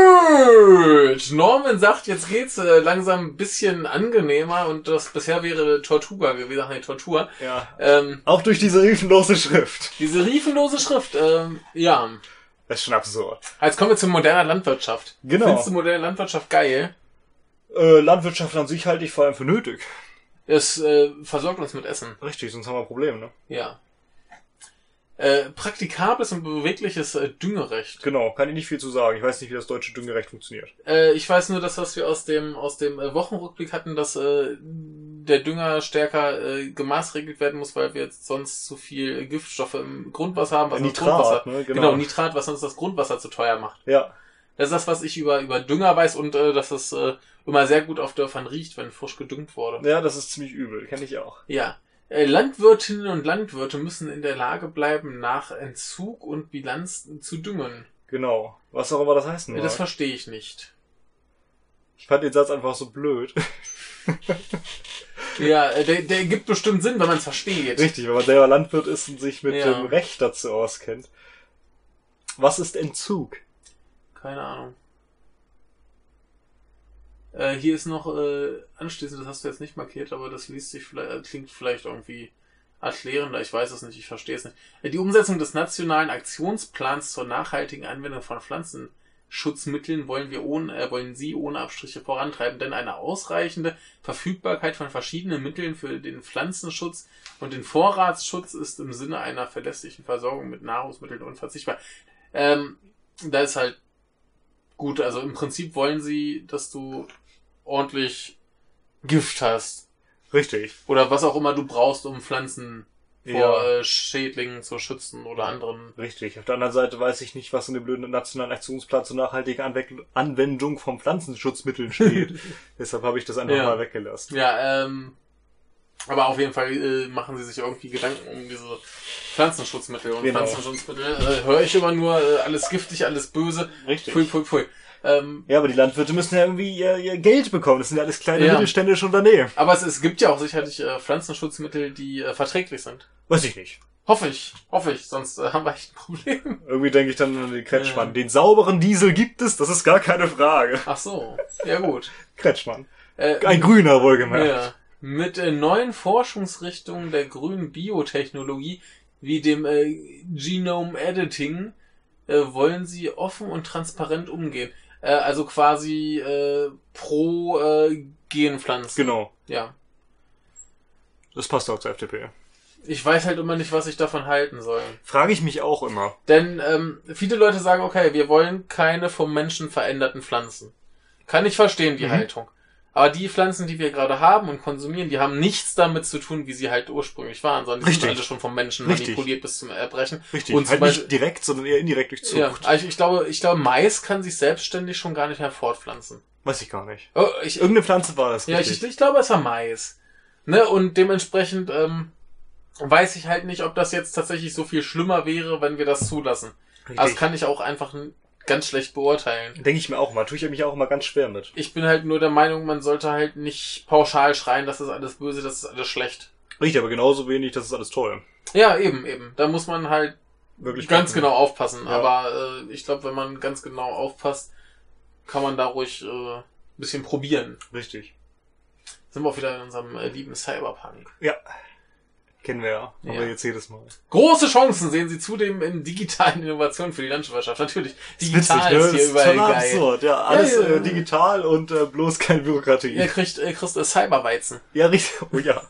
Töd! Norman sagt, jetzt geht's äh, langsam ein bisschen angenehmer und das bisher wäre Tortuga gewesen, nee, Tortur. Ja. Ähm, Auch durch diese hilflose Schrift. diese riefenlose Schrift, ähm, ja. Das ist schon absurd. Jetzt kommen wir zu moderner Landwirtschaft. Genau. Findest du moderne Landwirtschaft geil? Äh, Landwirtschaft an sich halte ich vor allem für nötig. Es äh, versorgt uns mit Essen. Richtig, sonst haben wir ein Problem, ne? Ja. Äh, praktikables und bewegliches äh, Düngerecht. Genau, kann ich nicht viel zu sagen. Ich weiß nicht, wie das deutsche Düngerecht funktioniert. Äh, ich weiß nur, dass was wir aus dem aus dem äh, Wochenrückblick hatten, dass äh, der Dünger stärker äh, gemaßregelt werden muss, weil wir jetzt sonst zu viel Giftstoffe im Grundwasser haben, was das Nitrat, Grundwasser ne? genau. Genau. Nitrat, was uns das Grundwasser zu teuer macht. Ja, Das ist das, was ich über über Dünger weiß und äh, dass es äh, immer sehr gut auf Dörfern riecht, wenn frisch gedüngt wurde. ja, das ist ziemlich übel. Kenne ich auch. Ja. Äh, Landwirtinnen und Landwirte müssen in der Lage bleiben, nach Entzug und Bilanz zu düngen. Genau. Was auch immer das heißen Äh, mag. Das verstehe ich nicht. ich fand den Satz einfach so blöd. Ja, äh, der, der gibt bestimmt Sinn, wenn man es versteht. Richtig, wenn man selber Landwirt ist und sich mit Ja. dem Recht dazu auskennt. Was ist Entzug? Keine Ahnung. Äh, hier ist noch äh, anschließend, das hast du jetzt nicht markiert, aber das liest sich vielleicht, äh, klingt vielleicht irgendwie erklärender. Ich weiß es nicht, ich verstehe es nicht. Äh, die Umsetzung des nationalen Aktionsplans zur nachhaltigen Anwendung von Pflanzenschutzmitteln wollen wir ohne, äh, wollen Sie ohne Abstriche vorantreiben, denn eine ausreichende Verfügbarkeit von verschiedenen Mitteln für den Pflanzenschutz und den Vorratsschutz ist im Sinne einer verlässlichen Versorgung mit Nahrungsmitteln unverzichtbar. Ähm, da ist halt gut, also im Prinzip wollen sie, dass du ordentlich Gift hast. Richtig. Oder was auch immer du brauchst, um Pflanzen vor Ja, äh, Schädlingen zu schützen oder anderen. richtig. Auf der anderen Seite weiß ich nicht, was in dem blöden nationalen Aktionsplan zur nachhaltigen Anwe- Anwendung von Pflanzenschutzmitteln steht. Deshalb habe ich das einfach Ja. mal weggelassen. Ja, ähm. Aber auf jeden Fall äh, machen sie sich irgendwie Gedanken um diese Pflanzenschutzmittel. Und Genau. Pflanzenschutzmittel äh, höre ich immer nur äh, alles giftig, alles böse. Richtig. Pfui, pfui, pfui. Ähm, Ja, aber die Landwirte müssen ja irgendwie ihr, ihr Geld bekommen. Das sind ja alles kleine Ja. mittelständische Unternehmen. aber es, es gibt ja auch sicherlich äh, Pflanzenschutzmittel, die äh, verträglich sind. Weiß ich nicht. Hoffe ich, hoffe ich, sonst äh, haben wir echt ein Problem. Irgendwie denke ich dann an den Kretschmann. Ja. Den sauberen Diesel gibt es, das ist gar keine Frage. Ach so, ja gut. Kretschmann. Äh, Ein grüner, wohlgemerkt. ja. Mit äh, neuen Forschungsrichtungen der grünen Biotechnologie wie dem äh, Genome Editing äh, wollen sie offen und transparent umgehen. Äh, also quasi äh, pro äh, Genpflanzen. Genau. Ja. Das passt auch zur FDP. Ich weiß halt immer nicht, was ich davon halten soll. Frage ich mich auch immer. Denn ähm, viele Leute sagen, okay, wir wollen keine vom Menschen veränderten Pflanzen. Kann ich verstehen, die Mhm. Haltung. Aber die Pflanzen, die wir gerade haben und konsumieren, die haben nichts damit zu tun, wie sie halt ursprünglich waren, sondern die sind Richtig. alle schon vom Menschen Richtig. manipuliert bis zum Erbrechen. Richtig. Und Und zum halt nicht Beispiel- direkt, sondern eher indirekt durch Zucht. Ja, aber ich, ich glaube, ich glaube, Mais kann sich selbstständig schon gar nicht mehr fortpflanzen. Weiß ich gar nicht. Oh, ich, Irgendeine Pflanze war das. ja, ich, ich glaube, es war Mais. Ne? Und dementsprechend ähm, weiß ich halt nicht, ob das jetzt tatsächlich so viel schlimmer wäre, wenn wir das zulassen. Richtig. Also das kann ich auch einfach n- ganz schlecht beurteilen. Denke ich mir auch mal. Tue ich mich auch immer ganz schwer mit. Ich bin halt nur der Meinung, man sollte halt nicht pauschal schreien, das ist alles böse, das ist alles schlecht. Richtig, aber genauso wenig, das ist alles toll. Ja, eben, eben. Da muss man halt Wirklich. ganz gucken. genau aufpassen. Ja. Aber äh, ich glaube, wenn man ganz genau aufpasst, kann man da ruhig äh, ein bisschen probieren. Richtig. Sind wir auch wieder in unserem äh, lieben Cyberpunk. Kennen wir ja. Haben Ja. wir jetzt jedes Mal. Große Chancen sehen Sie zudem in digitalen Innovationen für die Landwirtschaft. Natürlich, digital ist, ne? Das hier überall total geil. absurd. Ja, alles ja, ja. Äh, digital und äh, bloß keine Bürokratie. Ihr kriegt, ihr kriegt äh, Cyberweizen. ja, richtig. Oh ja.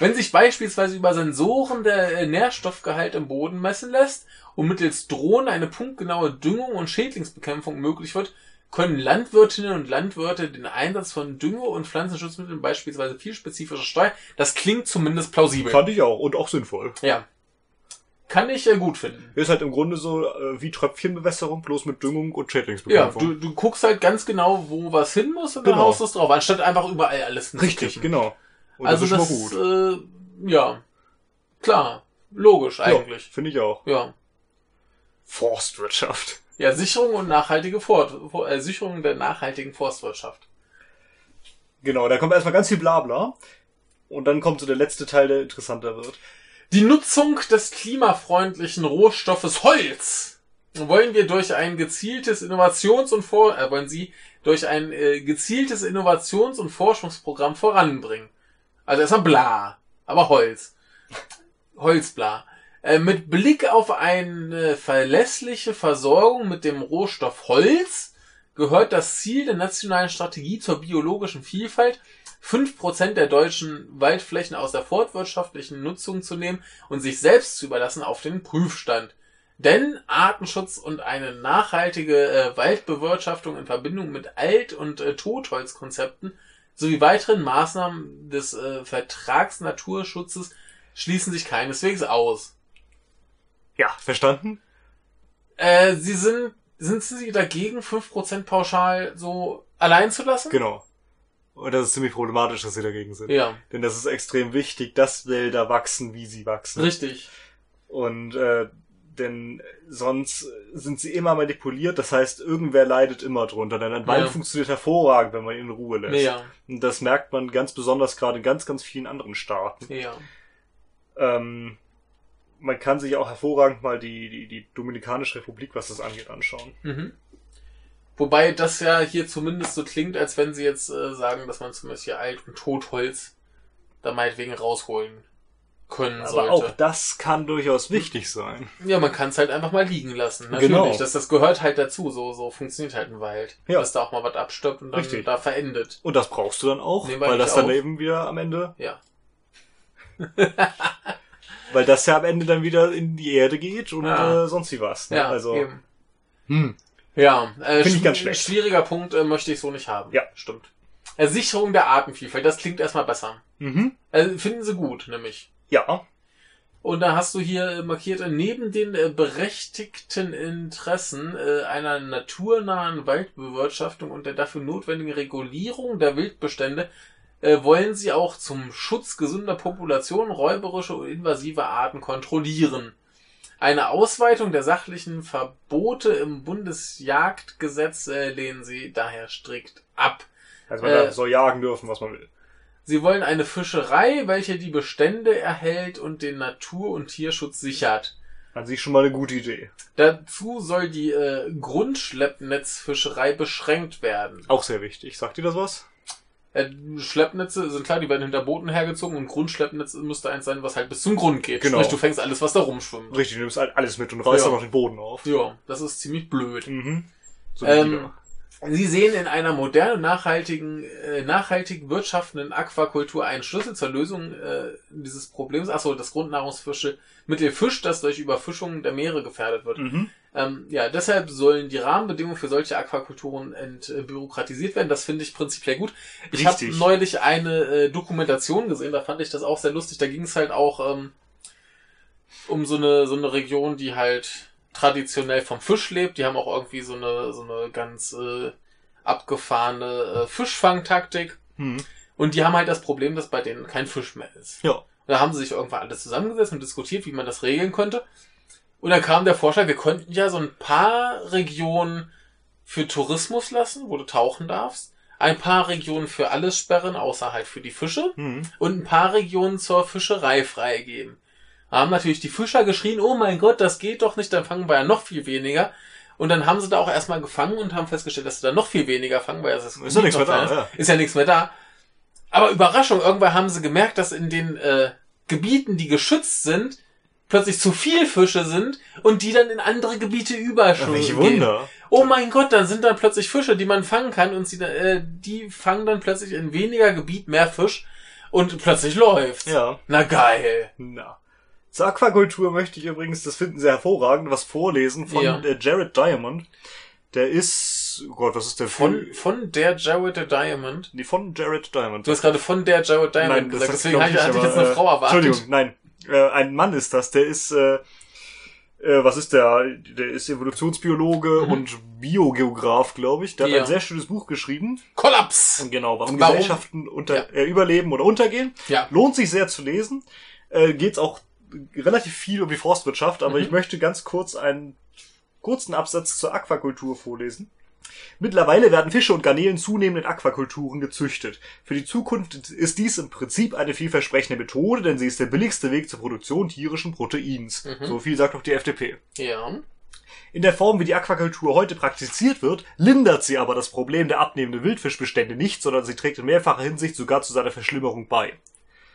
Wenn sich beispielsweise über Sensoren der äh, Nährstoffgehalt im Boden messen lässt und mittels Drohnen eine punktgenaue Düngung und Schädlingsbekämpfung möglich wird, können Landwirtinnen und Landwirte den Einsatz von Dünge- und Pflanzenschutzmitteln beispielsweise viel spezifischer steuern. Das klingt zumindest plausibel. Fand ich auch. Und auch sinnvoll. Ja. Kann ich äh, gut finden. Ist halt im Grunde so äh, wie Tröpfchenbewässerung, bloß mit Düngung und Ja, Schädlingsbekämpfung. du, du guckst halt ganz genau, wo was hin muss und dann Genau. haust du es drauf, anstatt einfach überall alles Richtig, hinzukippen. genau. Und Also das, schon mal Äh, gut. ja, klar, logisch äh, eigentlich. Ja, Finde ich auch. ja. Forstwirtschaft. Ja, Sicherung und nachhaltige Fort For- äh, Sicherung der nachhaltigen Forstwirtschaft. Genau, da kommt erstmal ganz viel Blabla. Und dann kommt so der letzte Teil, der interessanter wird. Die Nutzung des klimafreundlichen Rohstoffes Holz wollen wir durch ein gezieltes Innovations- und Vor äh, wollen Sie durch ein äh, gezieltes Innovations- und Forschungsprogramm voranbringen. Also erstmal bla, aber Holz. Holzbla. Äh, mit Blick auf eine verlässliche Versorgung mit dem Rohstoff Holz gehört das Ziel der nationalen Strategie zur biologischen Vielfalt, 5% der deutschen Waldflächen aus der fortwirtschaftlichen Nutzung zu nehmen und sich selbst zu überlassen auf den Prüfstand. Denn Artenschutz und eine nachhaltige äh, Waldbewirtschaftung in Verbindung mit Alt- und äh, Totholzkonzepten sowie weiteren Maßnahmen des äh, Vertrags Naturschutzes schließen sich keineswegs aus. Ja, verstanden? Äh, sie sind, sind sie dagegen, 5% pauschal so allein zu lassen? Genau. Und das ist ziemlich problematisch, dass sie dagegen sind. Ja, Denn das ist extrem wichtig, dass Wälder wachsen, wie sie wachsen. richtig. Und äh, denn sonst sind sie immer manipuliert, das heißt, irgendwer leidet immer drunter. Denn ein Wald Ja. funktioniert hervorragend, wenn man ihn in Ruhe lässt. Ja, Und das merkt man ganz besonders gerade in ganz, ganz vielen anderen Staaten. ja. Ähm, man kann sich auch hervorragend mal die, die, die Dominikanische Republik, was das angeht, anschauen. Mhm. Wobei das ja hier zumindest so klingt, als wenn sie jetzt äh, sagen, dass man zum Beispiel Alt- und Totholz da meinetwegen rausholen können Aber sollte. auch das kann durchaus wichtig sein. Ja, man kann es halt einfach mal liegen lassen. Natürlich, Genau. das, das gehört halt dazu. So, so funktioniert halt ein Wald. Ja. Dass da auch mal was abstirbt und dann Richtig. da verendet. Und das brauchst du dann auch, Nee, weil weil ich das dann auch- eben wieder am Ende, Ja. weil das ja am Ende dann wieder in die Erde geht und Ja. äh, sonst wie was. Ne? Ah. Ja, also, eben. Hm, Ja, äh, Finde ich schw- ganz schlecht. Schwieriger Punkt äh, möchte ich so nicht haben. Ja. Stimmt. Äh, Sicherung der Artenvielfalt, das klingt erstmal besser. mhm. Äh, finden sie gut, nämlich. ja, Und da hast du hier äh, markiert, äh, neben den äh, berechtigten Interessen äh, einer naturnahen Waldbewirtschaftung und der dafür notwendigen Regulierung der Wildbestände äh, wollen sie auch zum Schutz gesunder Populationen räuberische und invasive Arten kontrollieren. Eine Ausweitung der sachlichen Verbote im Bundesjagdgesetz äh, lehnen sie daher strikt ab. also man Äh, darf- soll jagen dürfen, was man will. Sie wollen eine Fischerei, welche die Bestände erhält und den Natur- und Tierschutz sichert. An sich schon mal eine gute Idee. Dazu soll die äh, Grundschleppnetzfischerei beschränkt werden. Auch sehr wichtig. Sagt dir das was? Äh, Schleppnetze sind klar, die werden hinter Booten hergezogen und Grundschleppnetz müsste eins sein, was halt bis zum Grund geht. Genau. Sprich, du fängst alles, was da rumschwimmt. Richtig, du nimmst halt alles mit und reißt Ja. dann noch den Boden auf. Ja, das ist ziemlich blöd. Mhm. So Ähm, wie wieder. Sie sehen in einer modernen, nachhaltigen, äh, nachhaltig wirtschaftenden Aquakultur einen Schlüssel zur Lösung äh, dieses Problems. Achso, das Grundnahrungsfische Mittelfisch, das durch Überfischung der Meere gefährdet wird. Mhm. Ähm, ja, deshalb sollen die Rahmenbedingungen für solche Aquakulturen entbürokratisiert werden. Das finde ich prinzipiell gut. Ich habe Richtig. neulich eine äh, Dokumentation gesehen, da fand ich das auch sehr lustig. Da ging es halt auch ähm, um so eine, so eine Region, die halt traditionell vom Fisch lebt. Die haben auch irgendwie so eine, so eine ganz äh, abgefahrene äh, Fischfangtaktik. Mhm. Und die haben halt das Problem, dass bei denen kein Fisch mehr ist. Ja. Und Da haben sie sich irgendwann alles zusammengesetzt und diskutiert, wie man das regeln könnte. Und dann kam der Vorschlag, wir könnten ja so ein paar Regionen für Tourismus lassen, wo du tauchen darfst, ein paar Regionen für alles sperren, außer halt für die Fische Mhm. und ein paar Regionen zur Fischerei freigeben. Da haben natürlich die Fischer geschrien, oh mein Gott, das geht doch nicht, dann fangen wir ja noch viel weniger. Und dann haben sie da auch erstmal gefangen und haben festgestellt, dass sie da noch viel weniger fangen, weil das Ist ja nichts mehr da, Ist. ja. ist ja nichts mehr da. Aber Überraschung, irgendwann haben sie gemerkt, dass in den äh, Gebieten, die geschützt sind, plötzlich zu viel Fische sind und die dann in andere Gebiete Ach, überschwimmen. welche gehen. Wunder. Oh mein Gott, dann sind dann plötzlich Fische, die man fangen kann und sie, da- äh, die fangen dann plötzlich in weniger Gebiet mehr Fisch und plötzlich läuft's. Ja. Na geil. Na. Zur Aquakultur möchte ich übrigens, das finden sie hervorragend, was vorlesen von Ja. äh, Jared Diamond. Der ist, oh Gott, was ist der Von, für- von der Jared the Diamond. Nee, von Jared Diamond. Du hast gerade von der Jared Diamond nein, gesagt, das deswegen glaub hatte ich, hatte ich aber, jetzt eine äh, Frau erwartet. Entschuldigung, nein. Äh, ein Mann ist das, der ist, äh, äh, was ist der? Der ist Evolutionsbiologe Mhm. und Biogeograf, glaube ich. Der Ja. hat ein sehr schönes Buch geschrieben. Kollaps! Genau, warum, Warum? Gesellschaften unter, äh, überleben oder untergehen. Ja. Lohnt sich sehr zu lesen. Äh, geht's auch relativ viel um die Forstwirtschaft, aber Mhm. ich möchte ganz kurz einen kurzen Absatz zur Aquakultur vorlesen. Mittlerweile werden Fische und Garnelen zunehmend in Aquakulturen gezüchtet. Für die Zukunft ist dies im Prinzip eine vielversprechende Methode, denn sie ist der billigste Weg zur Produktion tierischen Proteins. Mhm. So viel sagt auch die FDP. Ja. In der Form, wie die Aquakultur heute praktiziert wird, lindert sie aber das Problem der abnehmenden Wildfischbestände nicht, sondern sie trägt in mehrfacher Hinsicht sogar zu seiner Verschlimmerung bei.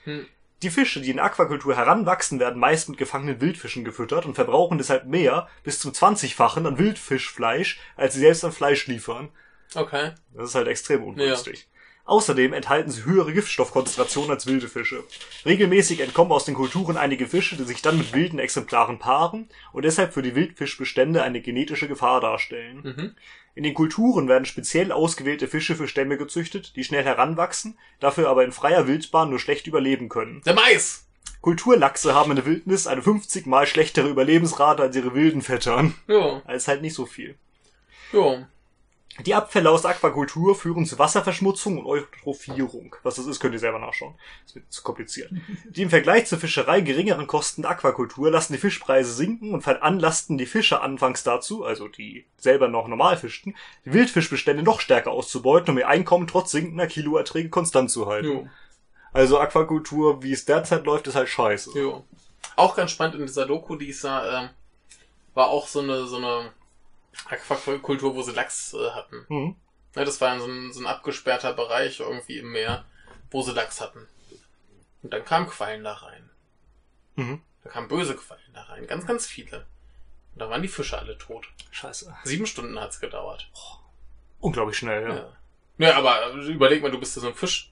Hm. Die Fische, die in Aquakultur heranwachsen, werden meist mit gefangenen Wildfischen gefüttert und verbrauchen deshalb mehr, bis zum 20-fachen an Wildfischfleisch, als sie selbst an Fleisch liefern. Okay. Das ist halt extrem ungünstig. Außerdem enthalten sie höhere Giftstoffkonzentrationen als wilde Fische. Regelmäßig entkommen aus den Kulturen einige Fische, die sich dann mit wilden Exemplaren paaren und deshalb für die Wildfischbestände eine genetische Gefahr darstellen. Mhm. In den Kulturen werden speziell ausgewählte Fische für Stämme gezüchtet, die schnell heranwachsen, dafür aber in freier Wildbahn nur schlecht überleben können. Der Mais! Kulturlachse haben in der Wildnis eine 50 mal schlechtere Überlebensrate als ihre wilden Vettern. Jo, Also ist halt nicht so viel. jo. Die Abfälle aus der Aquakultur führen zu Wasserverschmutzung und Eutrophierung. Was das ist, könnt ihr selber nachschauen. Das wird zu kompliziert. Die im Vergleich zur Fischerei geringeren Kosten der Aquakultur lassen die Fischpreise sinken und veranlassten die Fischer anfangs dazu, also die selber noch normal fischten, die Wildfischbestände noch stärker auszubeuten, um ihr Einkommen trotz sinkender Kiloerträge konstant zu halten. Jo, Also Aquakultur, wie es derzeit läuft, ist halt scheiße. jo. Auch ganz spannend in dieser Doku, die ich sah, ähm, war auch so eine, so eine Aquakultur, wo sie Lachs äh, hatten. Mhm. Ne, das war so ein, so ein abgesperrter Bereich irgendwie im Meer, wo sie Lachs hatten. Und dann kamen Quallen da rein. Mhm. Da kamen böse Quallen da rein. Ganz, ganz viele. Und da waren die Fische alle tot. Scheiße. Sieben Stunden hat's gedauert. Unglaublich schnell, ja. Ja. ja, aber überleg mal, du bist ja so ein Fisch.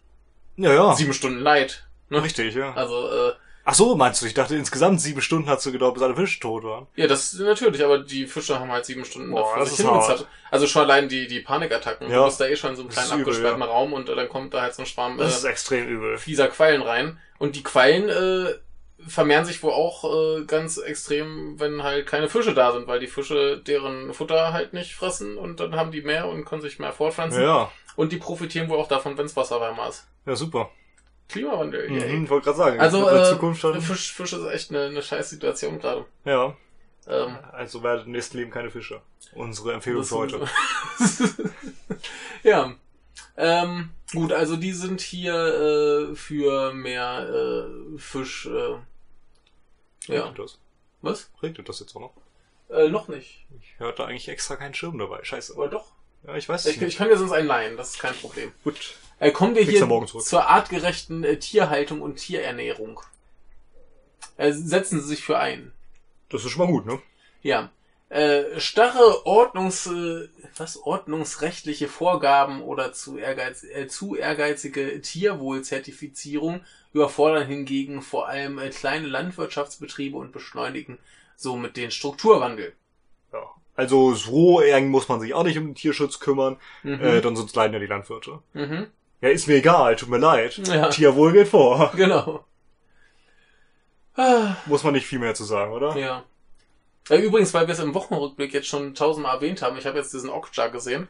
Ja, ja. Sieben Stunden Leid. Ne? Ah. Richtig, ja. Also, äh, Ach so, meinst du? Ich dachte, insgesamt sieben Stunden hat es gedauert, bis alle Fische tot waren. ja, das natürlich, aber die Fische haben halt sieben Stunden Boah, davor das sich ist hingezapft. hart. Also schon allein die, die Panikattacken. Ja. Du bist da eh schon in so einem Das ist kleinen übel, abgesperrten ja. Raum und äh, dann kommt da halt so ein Schwarm Das ist äh, extrem übel. fieser Quallen rein. Und die Quallen äh, vermehren sich wohl auch äh, ganz extrem, wenn halt keine Fische da sind, weil die Fische deren Futter halt nicht fressen und dann haben die mehr und können sich mehr fortpflanzen. Ja, Und die profitieren wohl auch davon, wenn's Wasser wärmer ist. ja, super. Klimawandel, Mhm, Ich yay. wollte gerade sagen, Also, in der äh, Zukunft schon. Fisch, Fisch ist echt eine, eine scheiß Situation gerade. Ja, Ähm, also werdet im nächsten Leben keine Fische. Unsere Empfehlung für heute. ja. Ähm, gut, also die sind hier äh, für mehr äh, Fisch. Äh, ja. Regnet das? Was? Regnet das jetzt auch noch? Äh, noch nicht. Ich hatte eigentlich extra keinen Schirm dabei. Scheiße. Oder doch? Ja, ich weiß es Ich, nicht. ich kann dir sonst einen leihen, das ist kein Problem. Gut. Äh, kommen wir Kriegst hier du morgen zurück. zur artgerechten äh, Tierhaltung und Tierernährung. Äh, setzen Sie sich für ein. Das ist schon mal gut, ne? Ja. Äh, starre Ordnungs, äh, was, ordnungsrechtliche Vorgaben oder zu, ehrgeiz, äh, zu ehrgeizige Tierwohlzertifizierung überfordern hingegen vor allem äh, kleine Landwirtschaftsbetriebe und beschleunigen somit den Strukturwandel. Ja. Also so eng muss man sich auch nicht um den Tierschutz kümmern, Mhm. äh, dann sonst leiden ja die Landwirte. mhm. Ja, ist mir egal, tut mir leid. Ja. Tierwohl geht vor. Genau. Ah, Muss man nicht viel mehr zu sagen, oder? ja. Äh, übrigens, weil wir es im Wochenrückblick jetzt schon tausendmal erwähnt haben, ich habe jetzt diesen Okja gesehen,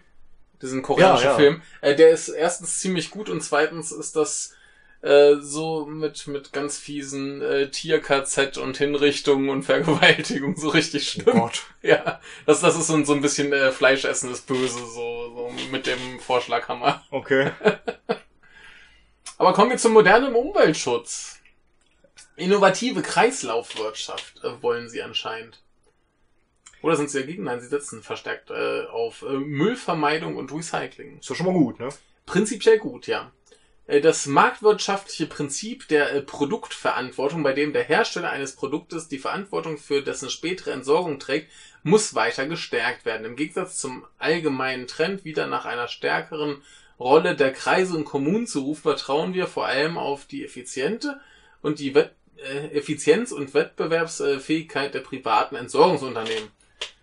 diesen koreanischen Ja, ja. Film. Äh, der ist erstens ziemlich gut und zweitens ist das äh, so mit, mit ganz fiesen äh, Tier-KZ und Hinrichtungen und Vergewaltigung so richtig Oh schlimm. Gott. Ja, das, das ist so, ein- so ein bisschen äh, fleischessendes Böse, so, so mit dem Vorschlaghammer. Okay. Aber kommen wir zum modernen Umweltschutz. Innovative Kreislaufwirtschaft äh, wollen sie anscheinend. Oder sind sie dagegen? Nein, sie setzen verstärkt äh, auf äh, Müllvermeidung und Recycling. Ist doch schon mal gut, ne? Prinzipiell gut, ja. Äh, Das marktwirtschaftliche Prinzip der äh, Produktverantwortung, bei dem der Hersteller eines Produktes die Verantwortung für dessen spätere Entsorgung trägt, muss weiter gestärkt werden. Im Gegensatz zum allgemeinen Trend, wieder nach einer stärkeren Rolle der Kreise und Kommunen zu rufen, vertrauen wir vor allem auf die effiziente und die Wett äh, Effizienz und Wettbewerbsfähigkeit der privaten Entsorgungsunternehmen.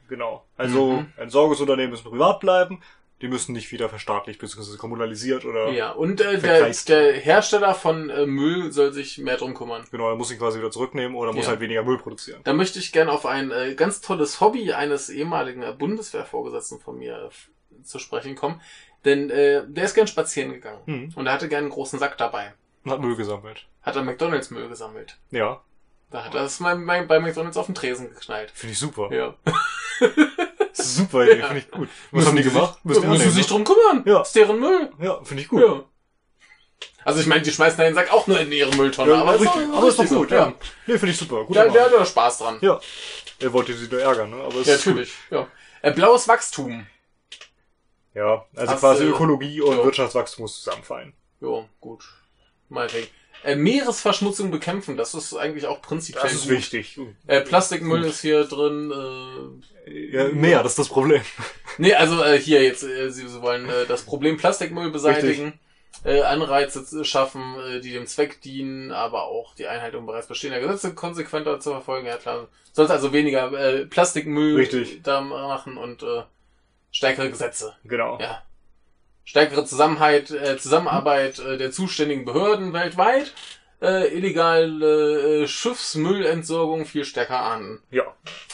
Genau. Also Mhm. Entsorgungsunternehmen müssen privat bleiben, die müssen nicht wieder verstaatlicht bzw. kommunalisiert oder Ja, und äh, der, Verkreist. der Hersteller von äh, Müll soll sich mehr drum kümmern. genau, er muss ihn quasi wieder zurücknehmen oder muss Ja. halt weniger Müll produzieren. Da möchte ich gern auf ein äh, ganz tolles Hobby eines ehemaligen äh, Bundeswehrvorgesetzten von mir äh, f- zu sprechen kommen. Denn äh, der ist gern spazieren gegangen. Mhm. Und er hatte gern einen großen Sack dabei. Und hat Müll gesammelt. Hat er McDonalds Müll gesammelt. Ja, Da hat er es bei, bei, bei McDonalds auf den Tresen geknallt. finde ich super. Ja. Super Idee, Ja. finde ich gut. Was haben die sich- gemacht? Müssen, die sie annehmen, ne? sich drum kümmern. Ja. Ist deren Müll. ne? Ja, finde ich gut. Ja. Also ich meine, die schmeißen den Sack auch nur in ihre Mülltonne, Ja, aber, richtig, aber ist doch gut, so, ja. Nee, finde ich super. Gut Der, der hat ja Spaß dran. ja. Er wollte sie nur ärgern, ne? Aber es Ja, ist gut. natürlich. Ja. Äh, blaues Wachstum. Ja, also Hast quasi du- Ökologie und ja. Wirtschaftswachstum muss zusammenfallen. Ja, gut. Meinetwegen. Äh, Meeresverschmutzung bekämpfen, das ist eigentlich auch prinzipiell Das ist gut. wichtig. Äh, Plastikmüll ist hier drin. Ja, mehr, das ist das Problem. Äh, nee, also äh, hier jetzt, äh, Sie, Sie wollen äh, das Problem Plastikmüll beseitigen, äh, Anreize zu- schaffen, äh, die dem Zweck dienen, aber auch die Einhaltung bereits bestehender Gesetze konsequenter zu verfolgen. Ja klar, sollst also weniger äh, Plastikmüll Richtig. da machen und äh, stärkere Gesetze. Genau. Ja. Stärkere Zusammenhalt, äh, Zusammenarbeit äh, der zuständigen Behörden weltweit, äh, illegale äh, Schiffsmüllentsorgung viel stärker ahnden. Ja.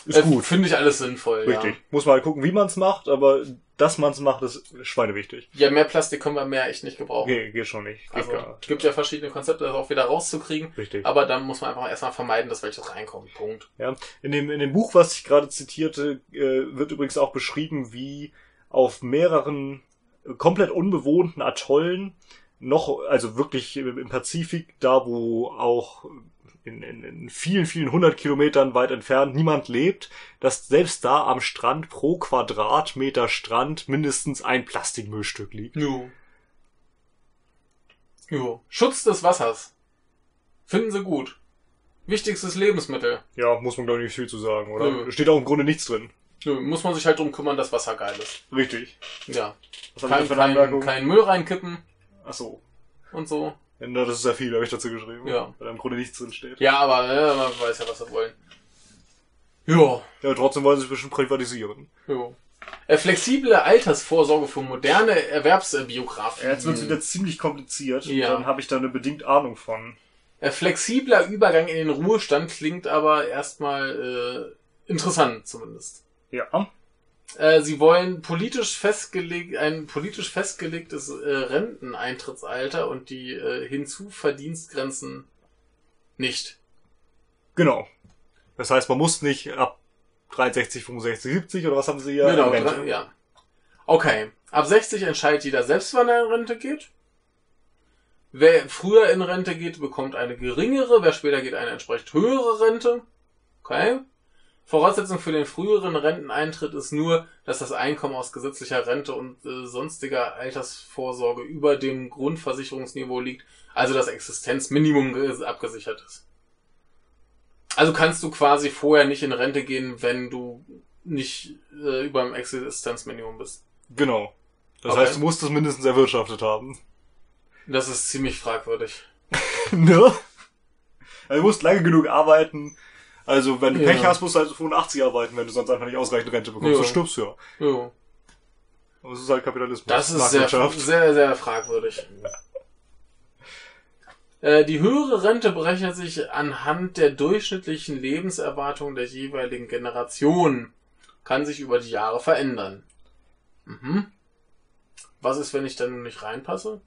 Ist gut. Finde ich alles sinnvoll. Richtig. Muss man halt gucken, wie man es macht, aber dass man es macht, ist schweinewichtig. Ja. ja, mehr Plastik können wir mehr echt nicht gebrauchen. Geht, geht schon nicht. Geht Also, gar nicht. gibt ja verschiedene Konzepte, das auch wieder rauszukriegen. Richtig. Aber dann muss man einfach erstmal vermeiden, dass welches reinkommt. Punkt. Ja, in dem, in dem Buch, was ich gerade zitierte, äh, wird übrigens auch beschrieben, wie auf mehreren äh, komplett unbewohnten Atollen noch, also wirklich im, im Pazifik, da wo auch in, in, in vielen, vielen hundert Kilometern weit entfernt niemand lebt, dass selbst da am Strand pro Quadratmeter Strand mindestens ein Plastikmüllstück liegt. Jo. Jo. Schutz des Wassers. Finden sie gut. Wichtigstes Lebensmittel. Ja, muss man glaube ich nicht viel zu sagen, oder? Nö. Steht auch im Grunde nichts drin. Nö, muss man sich halt drum kümmern, dass Wasser geil ist. Richtig. Ja. Was haben wir kein, für kein, Anmerkungen? kein Müll reinkippen Ach so. und so. Ja, na, das ist ja viel, habe ich dazu geschrieben. Ja. Weil da im Grunde nichts drin steht. Ja, Ja, aber äh, man weiß ja, was sie wollen. Jo, aber trotzdem wollen sie es bestimmt privatisieren. jo. Äh, flexible Altersvorsorge für moderne Erwerbsbiografien. Jetzt wird es wieder ziemlich kompliziert. Mhm. Ja. Dann habe ich da eine bedingt Ahnung von. Äh, flexibler Übergang in den Ruhestand klingt aber erstmal äh, interessant zumindest. Ja. Äh, sie wollen politisch festgelegt, ein politisch festgelegtes äh, Renteneintrittsalter und die äh, Hinzuverdienstgrenzen nicht. Genau. Das heißt, man muss nicht ab 63, 65, 70 oder was haben sie ja? Genau, Rente. drei- ja. Okay. Ab 60 entscheidet jeder selbst, wann er in Rente geht. Wer früher in Rente geht, bekommt eine geringere, wer später geht, eine entsprechend höhere Rente. Okay. Voraussetzung für den früheren Renteneintritt ist nur, dass das Einkommen aus gesetzlicher Rente und äh, sonstiger Altersvorsorge über dem Grundversicherungsniveau liegt, also das Existenzminimum ge- abgesichert ist. Also kannst du quasi vorher nicht in Rente gehen, wenn du nicht äh, über dem Existenzminimum bist. Genau. Das Okay. heißt, du musst es mindestens erwirtschaftet haben. Das ist ziemlich fragwürdig. ne? Also du musst lange genug arbeiten. Also, wenn du Ja. Pech hast, musst du halt 85 arbeiten, wenn du sonst einfach nicht ausreichend Rente bekommst. Ja. Dann stirbst du ja. Jo. Aber es ist halt Kapitalismus. Das ist sehr, Marktwirtschaft. sehr, sehr fragwürdig. Äh, Die höhere Rente berechnet sich anhand der durchschnittlichen Lebenserwartung der jeweiligen Generation. Kann sich über die Jahre verändern. Mhm. Was ist, wenn ich da nun nicht reinpasse?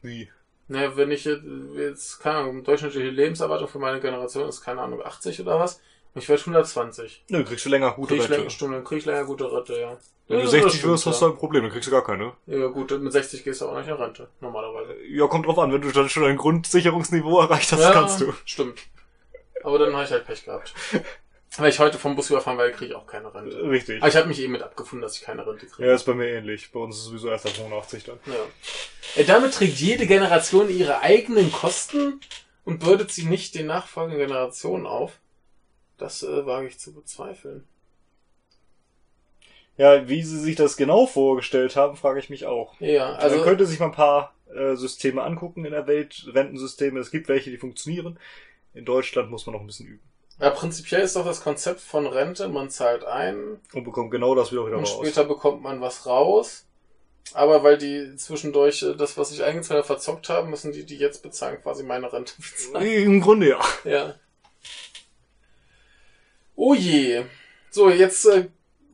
Wie? Naja, wenn ich jetzt- jetzt, keine Ahnung, durchschnittliche Lebenserwartung für meine Generation ist, keine Ahnung, 80 oder was, und ich werde 120. Nö, kriegst du länger gute Krieg ich Rente. länger, Stunde, krieg ich länger gute Rente, ja. Wenn Ja, du das 60 stimmt, wirst, hast du ja. ein Problem, dann kriegst du gar keine. Ja gut, mit 60 gehst du auch nicht in Rente, normalerweise. Ja, kommt drauf an, wenn du dann schon ein Grundsicherungsniveau erreicht hast, ja, kannst du. Stimmt. Aber dann habe ich halt Pech gehabt. Wenn ich heute vom Bus überfahren werde, kriege ich auch keine Rente. Richtig. Aber ich habe mich eh mit abgefunden, dass ich keine Rente kriege. Ja, ist bei mir ähnlich. Bei uns ist sowieso erst ab 85 dann. Ja. Äh, Damit trägt jede Generation ihre eigenen Kosten und bürdet sie nicht den nachfolgenden Generationen auf. Das äh, wage ich zu bezweifeln. Ja, wie sie sich das genau vorgestellt haben, frage ich mich auch. Ja, Also, also man könnte sich mal ein paar äh, Systeme angucken in der Welt, Rentensysteme. Es gibt welche, die funktionieren. In Deutschland muss man noch ein bisschen üben. ja, prinzipiell ist doch das Konzept von Rente, man zahlt ein, Und bekommt genau das wieder wieder Und raus. später bekommt man was raus. Aber weil die zwischendurch äh, das, was ich eingezahlt habe, verzockt haben, müssen die, die jetzt bezahlen, quasi meine Rente bezahlen. Äh, Im Grunde ja. Ja. Oh je. So, jetzt, äh,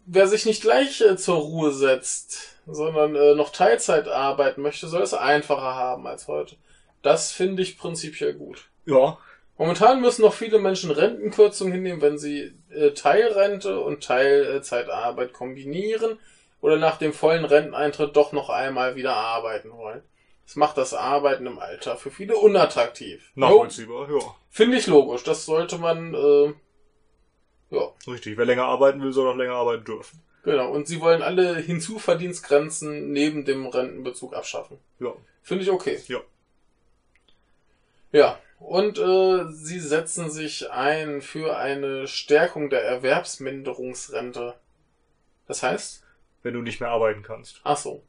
wer sich nicht gleich äh, zur Ruhe setzt, sondern äh, noch Teilzeit arbeiten möchte, soll es einfacher haben als heute. Das finde ich prinzipiell gut. Ja, Momentan müssen noch viele Menschen Rentenkürzungen hinnehmen, wenn sie äh, Teilrente und Teilzeitarbeit kombinieren oder nach dem vollen Renteneintritt doch noch einmal wieder arbeiten wollen. Das macht das Arbeiten im Alter für viele unattraktiv. Jo, Nachvollziehbar, ja. Finde ich logisch. Das sollte man, äh, ja, Richtig. Wer länger arbeiten will, soll auch länger arbeiten dürfen. genau. Und sie wollen alle Hinzuverdienstgrenzen neben dem Rentenbezug abschaffen. Ja. Finde ich okay. Ja. Ja. Und äh, sie setzen sich ein für eine Stärkung der Erwerbsminderungsrente. Das heißt? Wenn du nicht mehr arbeiten kannst, Ach so.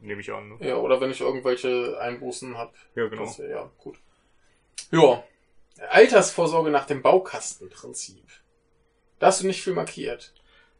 nehme ich an. Ne? Ja, oder wenn ich irgendwelche Einbußen habe. Ja, genau. Das wär- ja, gut. Ja. Altersvorsorge nach dem Baukastenprinzip. Da hast du nicht viel markiert.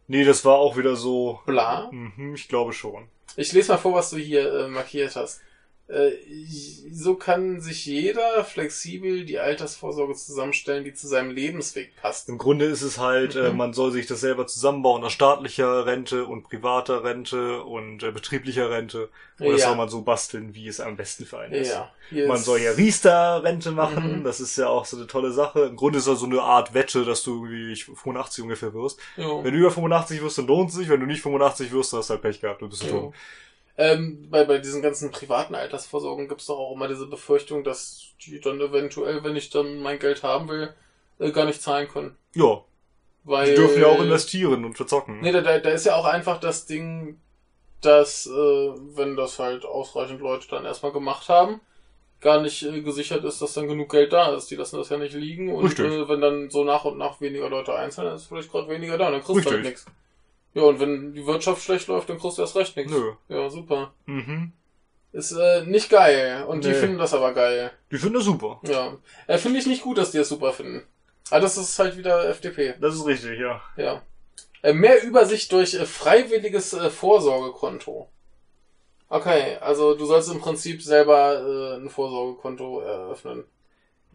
Nee, das war auch wieder so. Bla. Mhm, ich glaube schon. Ich lese mal vor, was du hier äh, markiert hast. Äh, j- so kann sich jeder flexibel die Altersvorsorge zusammenstellen, die zu seinem Lebensweg passt. Im Grunde ist es halt, Mhm. äh, man soll sich das selber zusammenbauen aus staatlicher Rente und privater Rente und äh, betrieblicher Rente. Und Oh, das Ja. soll man so basteln, wie es am besten für einen ist. Ja, hier Man ist- soll ja Riester-Rente machen, Mhm. das ist ja auch so eine tolle Sache. Im Grunde ist das so eine Art Wette, dass du irgendwie ich- 85 ungefähr wirst. Jo. Wenn du über 85 wirst, dann lohnt es sich. Wenn du nicht 85 wirst, dann hast du halt Pech gehabt, dann bist du Jo. tot. Ähm, bei, bei diesen ganzen privaten Altersvorsorgen gibt's doch auch immer diese Befürchtung, dass die dann eventuell, wenn ich dann mein Geld haben will, äh, gar nicht zahlen können. Ja, Weil, die dürfen ja auch investieren und verzocken. ne? Nee, da, da, da ist ja auch einfach das Ding, dass, äh, wenn das halt ausreichend Leute dann erstmal gemacht haben, gar nicht äh, gesichert ist, dass dann genug Geld da ist. Die lassen das ja nicht liegen und Richtig. äh, wenn dann so nach und nach weniger Leute einzeln, dann ist vielleicht gerade weniger da, dann kriegst du halt Richtig. nichts. Ja, und wenn die Wirtschaft schlecht läuft, dann kriegst du erst recht nichts. Nö. Ja, super. Mhm. Ist äh, nicht geil. Und die Nee. finden das aber geil. Die finden das super. Ja. Äh, Finde ich nicht gut, dass die das super finden. Aber das ist halt wieder FDP. Das ist richtig, ja. Ja. Äh, mehr Übersicht durch äh, freiwilliges äh, Vorsorgekonto. Okay, also du sollst im Prinzip selber äh, ein Vorsorgekonto eröffnen.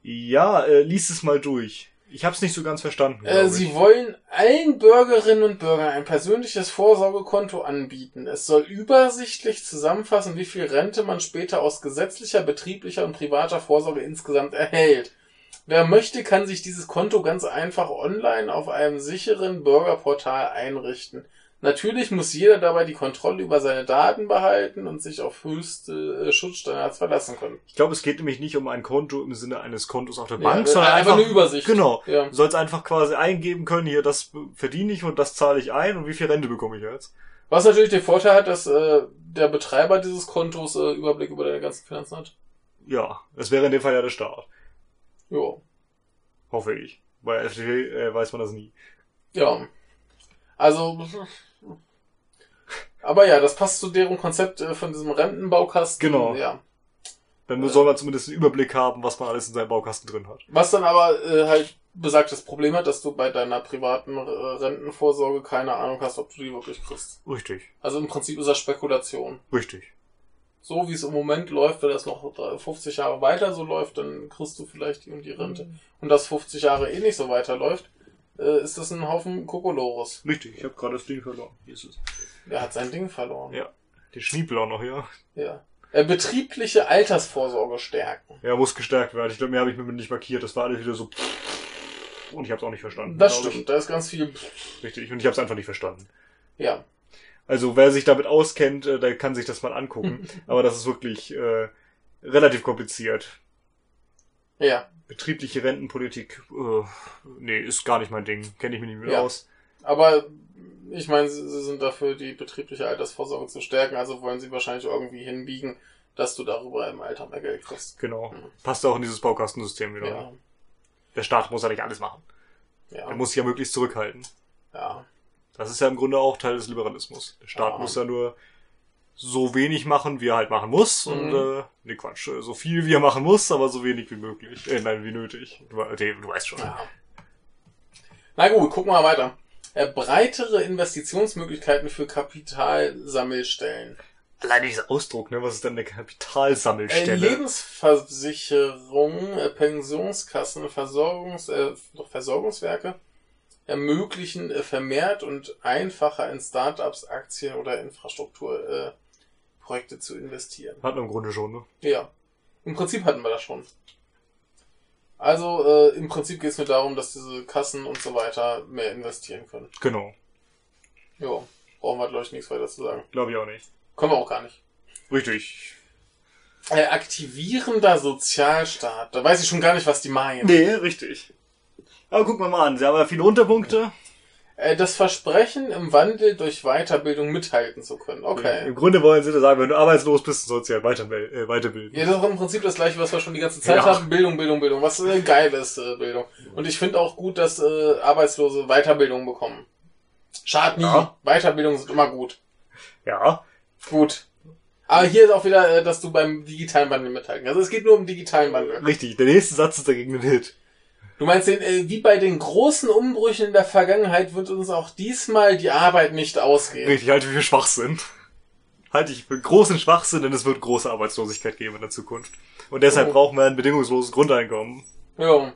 Ja, äh, lies es mal durch. Ich hab's nicht so ganz verstanden. Äh, glaub sie ich. wollen allen Bürgerinnen und Bürgern ein persönliches Vorsorgekonto anbieten. Es soll übersichtlich zusammenfassen, wie viel Rente man später aus gesetzlicher, betrieblicher und privater Vorsorge insgesamt erhält. Wer möchte, kann sich dieses Konto ganz einfach online auf einem sicheren Bürgerportal einrichten. Natürlich muss jeder dabei die Kontrolle über seine Daten behalten und sich auf höchste äh, Schutzstandards verlassen können. Ich glaube, es geht nämlich nicht um ein Konto im Sinne eines Kontos auf der Ja, Bank, äh, sondern einfach, eine Übersicht. Genau. Ja. Du sollst einfach quasi eingeben können, hier, das verdiene ich und das zahle ich ein und wie viel Rente bekomme ich jetzt? Was natürlich den Vorteil hat, dass äh, der Betreiber dieses Kontos äh, Überblick über deine ganzen Finanzen hat. Ja, das wäre in dem Fall ja der Staat. Jo. Hoffe ich. Bei FDP äh, weiß man das nie. Ja. Also. Aber ja, das passt zu deren Konzept äh, von diesem Rentenbaukasten. Genau. Ja. Dann Äh. soll man zumindest einen Überblick haben, was man alles in seinem Baukasten drin hat. Was dann aber äh, halt besagtes Problem hat, dass du bei deiner privaten äh, Rentenvorsorge keine Ahnung hast, ob du die wirklich kriegst. Richtig. Also im Prinzip ist das Spekulation. Richtig. So wie es im Moment läuft, wenn das noch äh, 50 Jahre weiter so läuft, dann kriegst du vielleicht die und die Rente. und das 50 Jahre eh nicht so weiterläuft, äh, ist das ein Haufen Kokolores. Richtig. Ich habe gerade das Ding verloren. Hier ist es. Er hat sein Ding verloren. Ja. Den Schniepel auch noch, ja. Ja. Äh, betriebliche Altersvorsorge stärken. Ja, muss gestärkt werden. Ich glaube, mehr habe ich mir nicht markiert. Das war alles wieder so. Und ich habe es auch nicht verstanden. Das glaub stimmt, da ist ganz viel. Ich. Richtig. Und ich habe es einfach nicht verstanden. Ja. Also wer sich damit auskennt, äh, der kann sich das mal angucken. Aber das ist wirklich äh, relativ kompliziert. Ja. Betriebliche Rentenpolitik, äh, nee, ist gar nicht mein Ding. Kenne ich mich nicht mehr Ja. aus. Aber ich meine, sie sie sind dafür, die betriebliche Altersvorsorge zu stärken, also wollen sie wahrscheinlich irgendwie hinbiegen, dass du darüber im Alter mehr Geld kriegst. Genau. Passt auch in dieses Baukastensystem wieder. Mhm. Ja. Der Staat muss ja nicht alles machen. Er Ja. muss sich ja möglichst zurückhalten. Ja. Das ist ja im Grunde auch Teil des Liberalismus. Der Staat Ja. muss ja nur so wenig machen, wie er halt machen muss. Und, Mhm. äh, nee, Quatsch. äh, So viel, wie er machen muss, aber so wenig wie möglich. Äh, nein, wie nötig. Du, we- nee, du weißt schon. ja. Na gut, gucken wir mal weiter. Äh, breitere Investitionsmöglichkeiten für Kapitalsammelstellen. Allein dieser Ausdruck, ne? Was ist denn eine Äh, Kapitalsammelstelle? Lebensversicherung, äh, Pensionskassen, Versorgungs, äh, doch, Versorgungswerke ermöglichen äh, vermehrt und einfacher in Startups, Aktien oder Infrastrukturprojekte äh, Projekte zu investieren. Hat man im Grunde schon, ne? Ja, im Prinzip hatten wir das schon. Also äh, im Prinzip geht es mir darum, dass diese Kassen und so weiter mehr investieren können. Genau. Ja. brauchen wir, glaube ich, nichts weiter zu sagen. Glaube ich auch nicht. Kommen wir auch gar nicht. Richtig. Äh, aktivierender Sozialstaat. Da weiß ich schon gar nicht, was die meinen. Nee, richtig. Aber gucken wir mal an. Sie haben ja viele Unterpunkte. Äh, das Versprechen, im Wandel durch Weiterbildung mithalten zu können. Okay. Im Grunde wollen sie nur sagen, wenn du arbeitslos bist, sollst du ja weiter, äh, weiterbilden. Ja, das ist im Prinzip das gleiche, was wir schon die ganze Zeit Ja. haben. Bildung, Bildung, Bildung. Was äh, geil ist, äh, Bildung. Und ich finde auch gut, dass äh, Arbeitslose Weiterbildung bekommen. Schad nie. Ja. Weiterbildung sind immer gut. Ja. Gut. Aber hier ist auch wieder, äh, dass du beim digitalen Wandel mithalten kannst. Also es geht nur um digitalen Wandel. Richtig. Der nächste Satz ist dagegen ein Hit. Du meinst, den, äh, wie bei den großen Umbrüchen in der Vergangenheit wird uns auch diesmal die Arbeit nicht ausgehen. Richtig, halte ich für Schwachsinn. Halte ich für großen Schwachsinn, denn es wird große Arbeitslosigkeit geben in der Zukunft. Und deshalb Oh. brauchen wir ein bedingungsloses Grundeinkommen. Ja.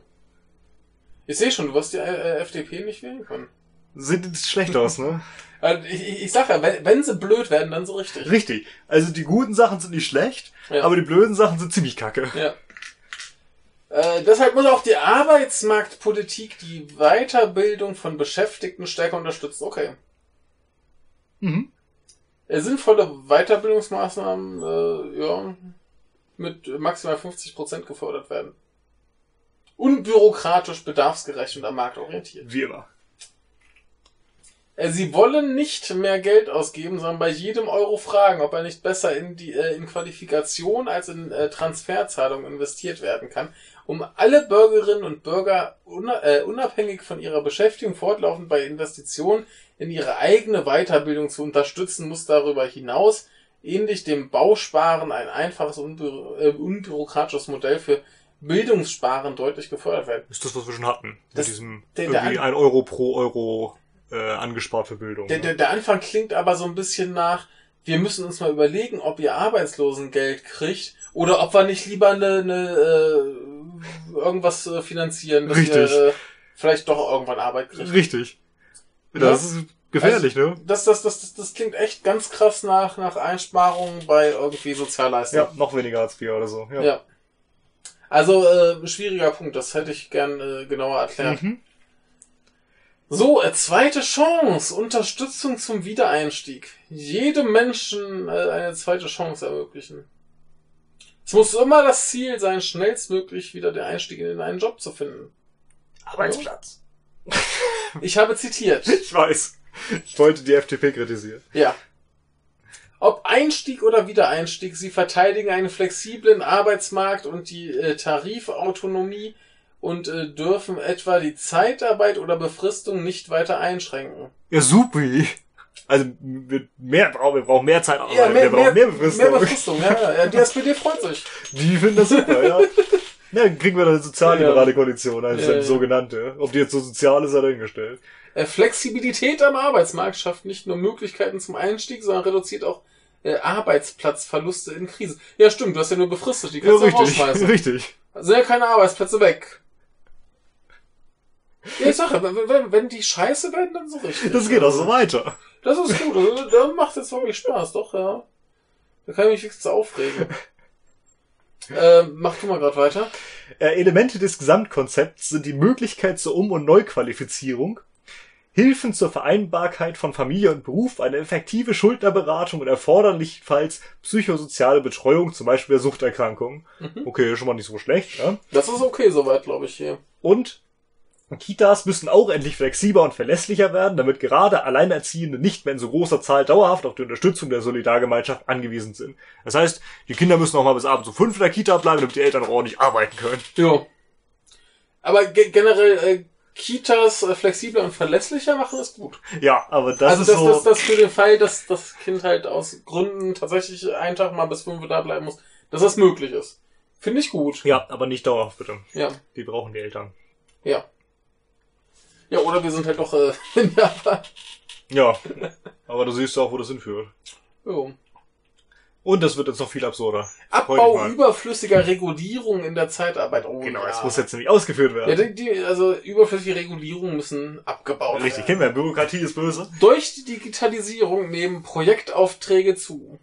Ich sehe schon, du wirst die äh, FDP nicht wählen können. Sieht jetzt schlecht aus, ne? Also ich, ich, ich sag ja, wenn, wenn sie blöd werden, dann so richtig. Richtig. Also die guten Sachen sind nicht schlecht, Ja. aber die blöden Sachen sind ziemlich kacke. Ja. Äh, deshalb muss auch die Arbeitsmarktpolitik die Weiterbildung von Beschäftigten stärker unterstützen. Okay. Mhm. Äh, sinnvolle Weiterbildungsmaßnahmen, äh, ja, mit maximal 50% gefördert werden. Unbürokratisch, bedarfsgerecht und am Markt orientiert. Wie immer. Äh, Sie wollen nicht mehr Geld ausgeben, sondern bei jedem Euro fragen, ob er nicht besser in die äh, in Qualifikation als in äh, Transferzahlungen investiert werden kann, um alle Bürgerinnen und Bürger una- äh, unabhängig von ihrer Beschäftigung fortlaufend bei Investitionen in ihre eigene Weiterbildung zu unterstützen, muss darüber hinaus ähnlich dem Bausparen ein einfaches unbü äh, unbürokratisches Modell für Bildungssparen deutlich gefördert werden. Ist das, was wir schon hatten. Das- Mit diesem der- der irgendwie An- ein Euro pro Euro äh, angespart für Bildung. Der, ne? der, der Anfang klingt aber so ein bisschen nach, wir müssen uns mal überlegen, ob ihr Arbeitslosengeld kriegt oder ob wir nicht lieber eine, eine äh, irgendwas äh, finanzieren, dass Richtig. ihr äh, vielleicht doch irgendwann Arbeit kriegt. Richtig. Das ist gefährlich, ne? Das, das, das, das, das klingt echt ganz krass nach, nach Einsparungen bei irgendwie Sozialleistungen. Ja, noch weniger als wir oder so. Ja. Ja. Also äh, ein schwieriger Punkt, das hätte ich gern äh, genauer erklärt. Mhm. So, äh, zweite Chance, Unterstützung zum Wiedereinstieg. Jedem Menschen äh, eine zweite Chance ermöglichen. Es muss immer das Ziel sein, schnellstmöglich wieder den Einstieg in einen Job zu finden. Arbeitsplatz. Ich habe zitiert. Ich weiß. Ich wollte die FDP kritisieren. Ja. Ob Einstieg oder Wiedereinstieg, sie verteidigen einen flexiblen Arbeitsmarkt und die äh, Tarifautonomie und äh, dürfen etwa die Zeitarbeit oder Befristung nicht weiter einschränken. Ja, supi. Also, wir, mehr brauchen, wir brauchen mehr Zeit, aber Ja, mehr, wir brauchen mehr, mehr Befristung. Mehr Befristung, ja, ja. ja. Die SPD freut sich. Die finden das super, ja. Ja, dann kriegen wir dann eine sozialliberale Kondition, also Ja, ja. sogenannte. Ob die jetzt so sozial ist, sei dahingestellt. Äh, Flexibilität am Arbeitsmarkt schafft nicht nur Möglichkeiten zum Einstieg, sondern reduziert auch äh, Arbeitsplatzverluste in Krisen. Ja, stimmt, du hast ja nur befristet, die Ja, kannst du auch richtig, rausschmeißen. richtig. Sind ja keine Arbeitsplätze weg. Ja, ich sag ja, wenn, wenn- wenn die scheiße werden, dann so richtig. Das geht auch so weiter. Das ist gut, also, da macht jetzt wirklich Spaß, doch, ja. Da kann ich mich wenigstens aufregen. Ähm, mach du mal gerade weiter. Äh, Elemente des Gesamtkonzepts sind die Möglichkeit zur Um- und Neuqualifizierung, Hilfen zur Vereinbarkeit von Familie und Beruf, eine effektive Schuldnerberatung und erforderlichfalls psychosoziale Betreuung, zum Beispiel bei Suchterkrankungen. Mhm. Okay, schon mal nicht so schlecht, ja. Das ist okay soweit, glaube ich, hier. Und Kitas müssen auch endlich flexibler und verlässlicher werden, damit gerade Alleinerziehende nicht mehr in so großer Zahl dauerhaft auf die Unterstützung der Solidargemeinschaft angewiesen sind. Das heißt, die Kinder müssen auch mal bis abends um fünf in der Kita bleiben, damit die Eltern auch ordentlich arbeiten können. Ja. Aber ge generell äh, Kitas äh, flexibler und verlässlicher machen ist gut. Ja, aber das also ist das, so. das, das für den Fall, dass das Kind halt aus Gründen tatsächlich einen Tag mal bis fünf Uhr da bleiben muss, dass das möglich ist. Finde ich gut. ja, aber nicht dauerhaft, bitte. Ja, Die brauchen die Eltern. ja. Ja, oder wir sind halt doch äh, in Japan. Ja. aber du siehst auch, wo das hinführt. Jo. Und Und das wird jetzt noch viel absurder. Freu dich Abbau mal. überflüssiger Regulierung in der Zeitarbeit. Oh, Genau, ja. das muss jetzt nämlich ausgeführt Ja, werden. die, die, also überflüssige Regulierungen müssen abgebaut Richtig, werden. kennen wir. Bürokratie ist böse. Durch die Digitalisierung nehmen Projektaufträge zu.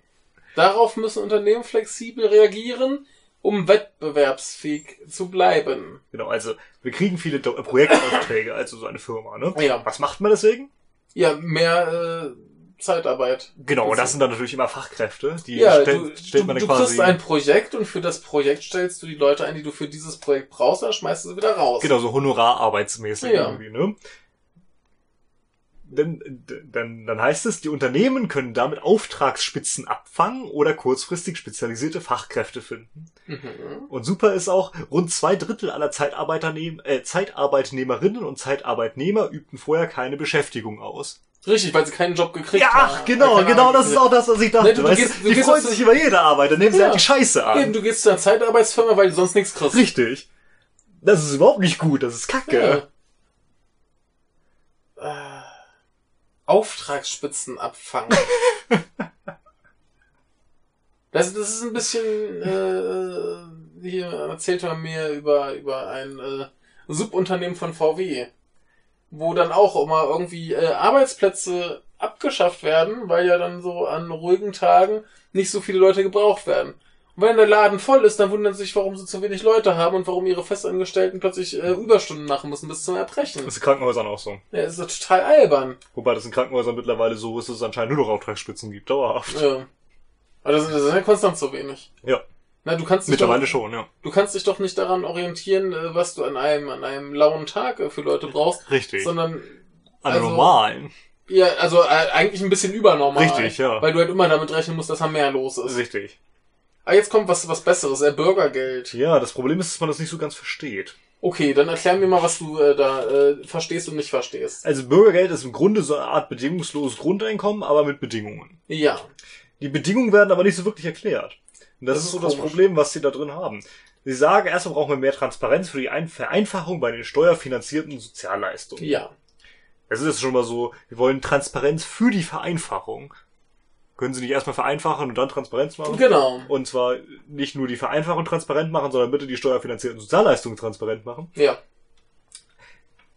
Darauf müssen Unternehmen flexibel reagieren, um wettbewerbsfähig zu bleiben. Genau, also wir kriegen viele Do äh, Projektaufträge, also so eine Firma, ne? Ja. Was macht man deswegen? Ja, mehr äh, Zeitarbeit. Genau, das sind dann natürlich immer Fachkräfte, die Ja, stell- du, stellt du, man du quasi. kriegst ein Projekt und für das Projekt stellst du die Leute ein, die du für dieses Projekt brauchst, dann schmeißt du sie wieder raus. Genau, so honorararbeitsmäßig Ja. irgendwie, ne? Dann, dann, dann heißt es, die Unternehmen können damit Auftragsspitzen abfangen oder kurzfristig spezialisierte Fachkräfte finden. Mhm. Und super ist auch, rund zwei Drittel aller Zeitarbeiternehm- äh, Zeitarbeitnehmerinnen und Zeitarbeitnehmer übten vorher keine Beschäftigung aus. Richtig, weil sie keinen Job gekriegt Ja, haben. ach, genau, Keine genau, Ahnung, das ist auch das, was ich dachte. Nee, Ne, du- du weißt, gehst- du die gehst freuen jetzt- sich über jede Arbeit, dann nehmen sie Ja. halt die Scheiße an. Eben, du gehst zu einer Zeitarbeitsfirma, weil du sonst nichts kriegst. Richtig. Das ist überhaupt nicht gut, das ist kacke. Ja. Äh, Auftragsspitzen abfangen. das, das ist ein bisschen. Äh, hier erzählt man mir über, über ein äh, Subunternehmen von VW, wo dann auch immer irgendwie äh, Arbeitsplätze abgeschafft werden, weil ja dann so an ruhigen Tagen nicht so viele Leute gebraucht werden. Und wenn der Laden voll ist, dann wundern sie sich, warum sie zu wenig Leute haben und warum ihre Festangestellten plötzlich äh, Überstunden machen müssen bis zum Erbrechen. Das ist in Krankenhäusern auch so. Ja, das ist doch total albern. Wobei das in Krankenhäusern mittlerweile so ist, dass es anscheinend nur noch Auftragsspitzen gibt, dauerhaft. Ja. Aber das sind, das sind ja konstant so wenig. Ja. Na, du kannst dich Mittlerweile doch, schon, ja. Du kannst dich doch nicht daran orientieren, äh, was du an einem, an einem lauen Tag äh, für Leute brauchst, Richtig. An sondern, also- normalen. ja, also äh, eigentlich ein bisschen übernormal. Richtig, ja. Weil du halt immer damit rechnen musst, dass da mehr los ist. Richtig. Ah, jetzt kommt was, was Besseres, äh, Bürgergeld. Ja, das Problem ist, dass man das nicht so ganz versteht. Okay, dann erklär mir mal, was du äh, da äh, verstehst und nicht verstehst. Also Bürgergeld ist im Grunde so eine Art bedingungsloses Grundeinkommen, aber mit Bedingungen. Ja. Die Bedingungen werden aber nicht so wirklich erklärt. Und Das das, ist ist so das komisch. Problem, was sie da drin haben. Sie sagen, erstmal brauchen wir mehr Transparenz für die Ein Vereinfachung bei den steuerfinanzierten Sozialleistungen. Ja. Es ist jetzt schon mal so, wir wollen Transparenz für die Vereinfachung. Können Sie nicht erstmal vereinfachen und dann Transparenz machen? Genau. Und zwar nicht nur die Vereinfachung transparent machen, sondern bitte die steuerfinanzierten Sozialleistungen transparent machen. Ja.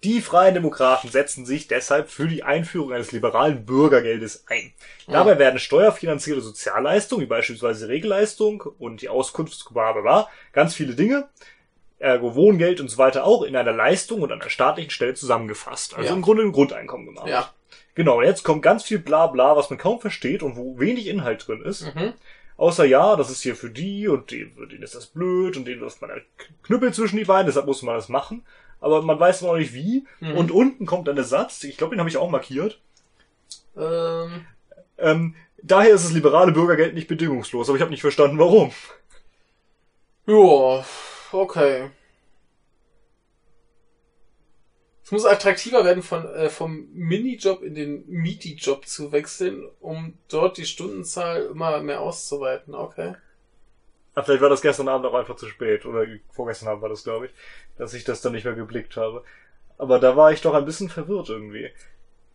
Die Freien Demokraten setzen sich deshalb für die Einführung eines liberalen Bürgergeldes ein. Dabei werden steuerfinanzierte Sozialleistungen, wie beispielsweise Regelleistung und die Auskunft, bla bla bla, ganz viele Dinge, ergo Wohngeld und so weiter auch, in einer Leistung und an einer staatlichen Stelle zusammengefasst. Also Ja. im Grunde ein Grundeinkommen gemacht. Ja. Genau, und jetzt kommt ganz viel Blabla, was man kaum versteht und wo wenig Inhalt drin ist. Mhm. Außer ja, das ist hier für die und denen, für denen ist das blöd und denen wirft man einen Knüppel zwischen die Beine, deshalb muss man das machen. Aber man weiß immer noch nicht wie. Mhm. Und unten kommt dann der Satz, ich glaube, den habe ich auch markiert. Ähm, Ähm, daher ist das liberale Bürgergeld nicht bedingungslos, aber ich habe nicht verstanden, warum. ja. Okay. Es muss attraktiver werden, von, äh, vom Minijob in den Meaty-Job zu wechseln, um dort die Stundenzahl immer mehr auszuweiten. Okay. Aber Ah, vielleicht war das gestern Abend auch einfach zu spät. Oder vorgestern Abend war das, glaube ich, dass ich das dann nicht mehr geblickt habe. Aber da war ich doch ein bisschen verwirrt irgendwie.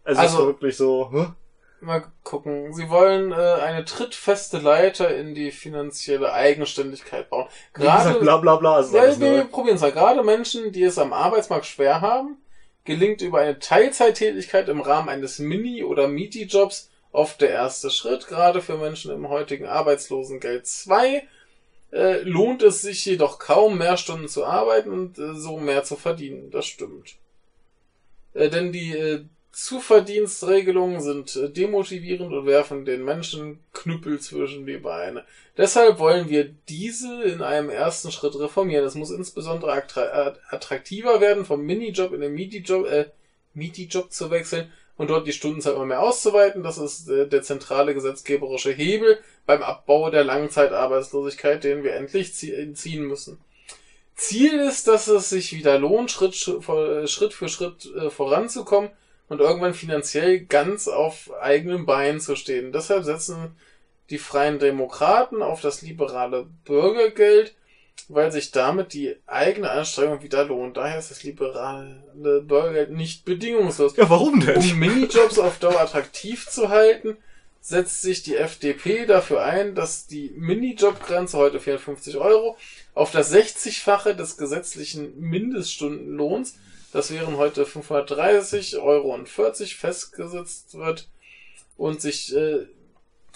Also, es Also- war wirklich so, hä? Mal gucken. Sie wollen äh, eine trittfeste Leiter in die finanzielle Eigenständigkeit bauen. Wie gesagt, bla bla bla. Ist Ja, alles wir, neu. wir probieren es mal. Gerade Menschen, die es am Arbeitsmarkt schwer haben, gelingt über eine Teilzeittätigkeit im Rahmen eines Mini- oder Midi-Jobs oft der erste Schritt. Gerade für Menschen im heutigen Arbeitslosengeld 2 äh, lohnt es sich jedoch kaum, mehr Stunden zu arbeiten und äh, so mehr zu verdienen. Das stimmt. Äh, denn die äh, Zuverdienstregelungen sind äh, demotivierend und werfen den Menschen Knüppel zwischen die Beine. Deshalb wollen wir diese in einem ersten Schritt reformieren. Es muss insbesondere attra- äh, attraktiver werden, vom Minijob in den Midi-Job äh, Midi zu wechseln und dort die Stundenzahl immer mehr auszuweiten. Das ist äh, der zentrale gesetzgeberische Hebel beim Abbau der Langzeitarbeitslosigkeit, den wir endlich zie- äh, ziehen müssen. Ziel ist, dass es sich wieder lohnt, Schritt, sch- vor- äh, Schritt für Schritt äh, voranzukommen und irgendwann finanziell ganz auf eigenen Beinen zu stehen. Deshalb setzen die Freien Demokraten auf das liberale Bürgergeld, weil sich damit die eigene Anstrengung wieder lohnt. Daher ist das liberale Bürgergeld nicht bedingungslos. Ja, warum denn? Um Minijobs auf Dauer attraktiv zu halten, setzt sich die FDP dafür ein, dass die Minijobgrenze heute 450 Euro auf das 60-fache des gesetzlichen Mindeststundenlohns, das wären heute 530 Euro und 40 festgesetzt wird und sich äh,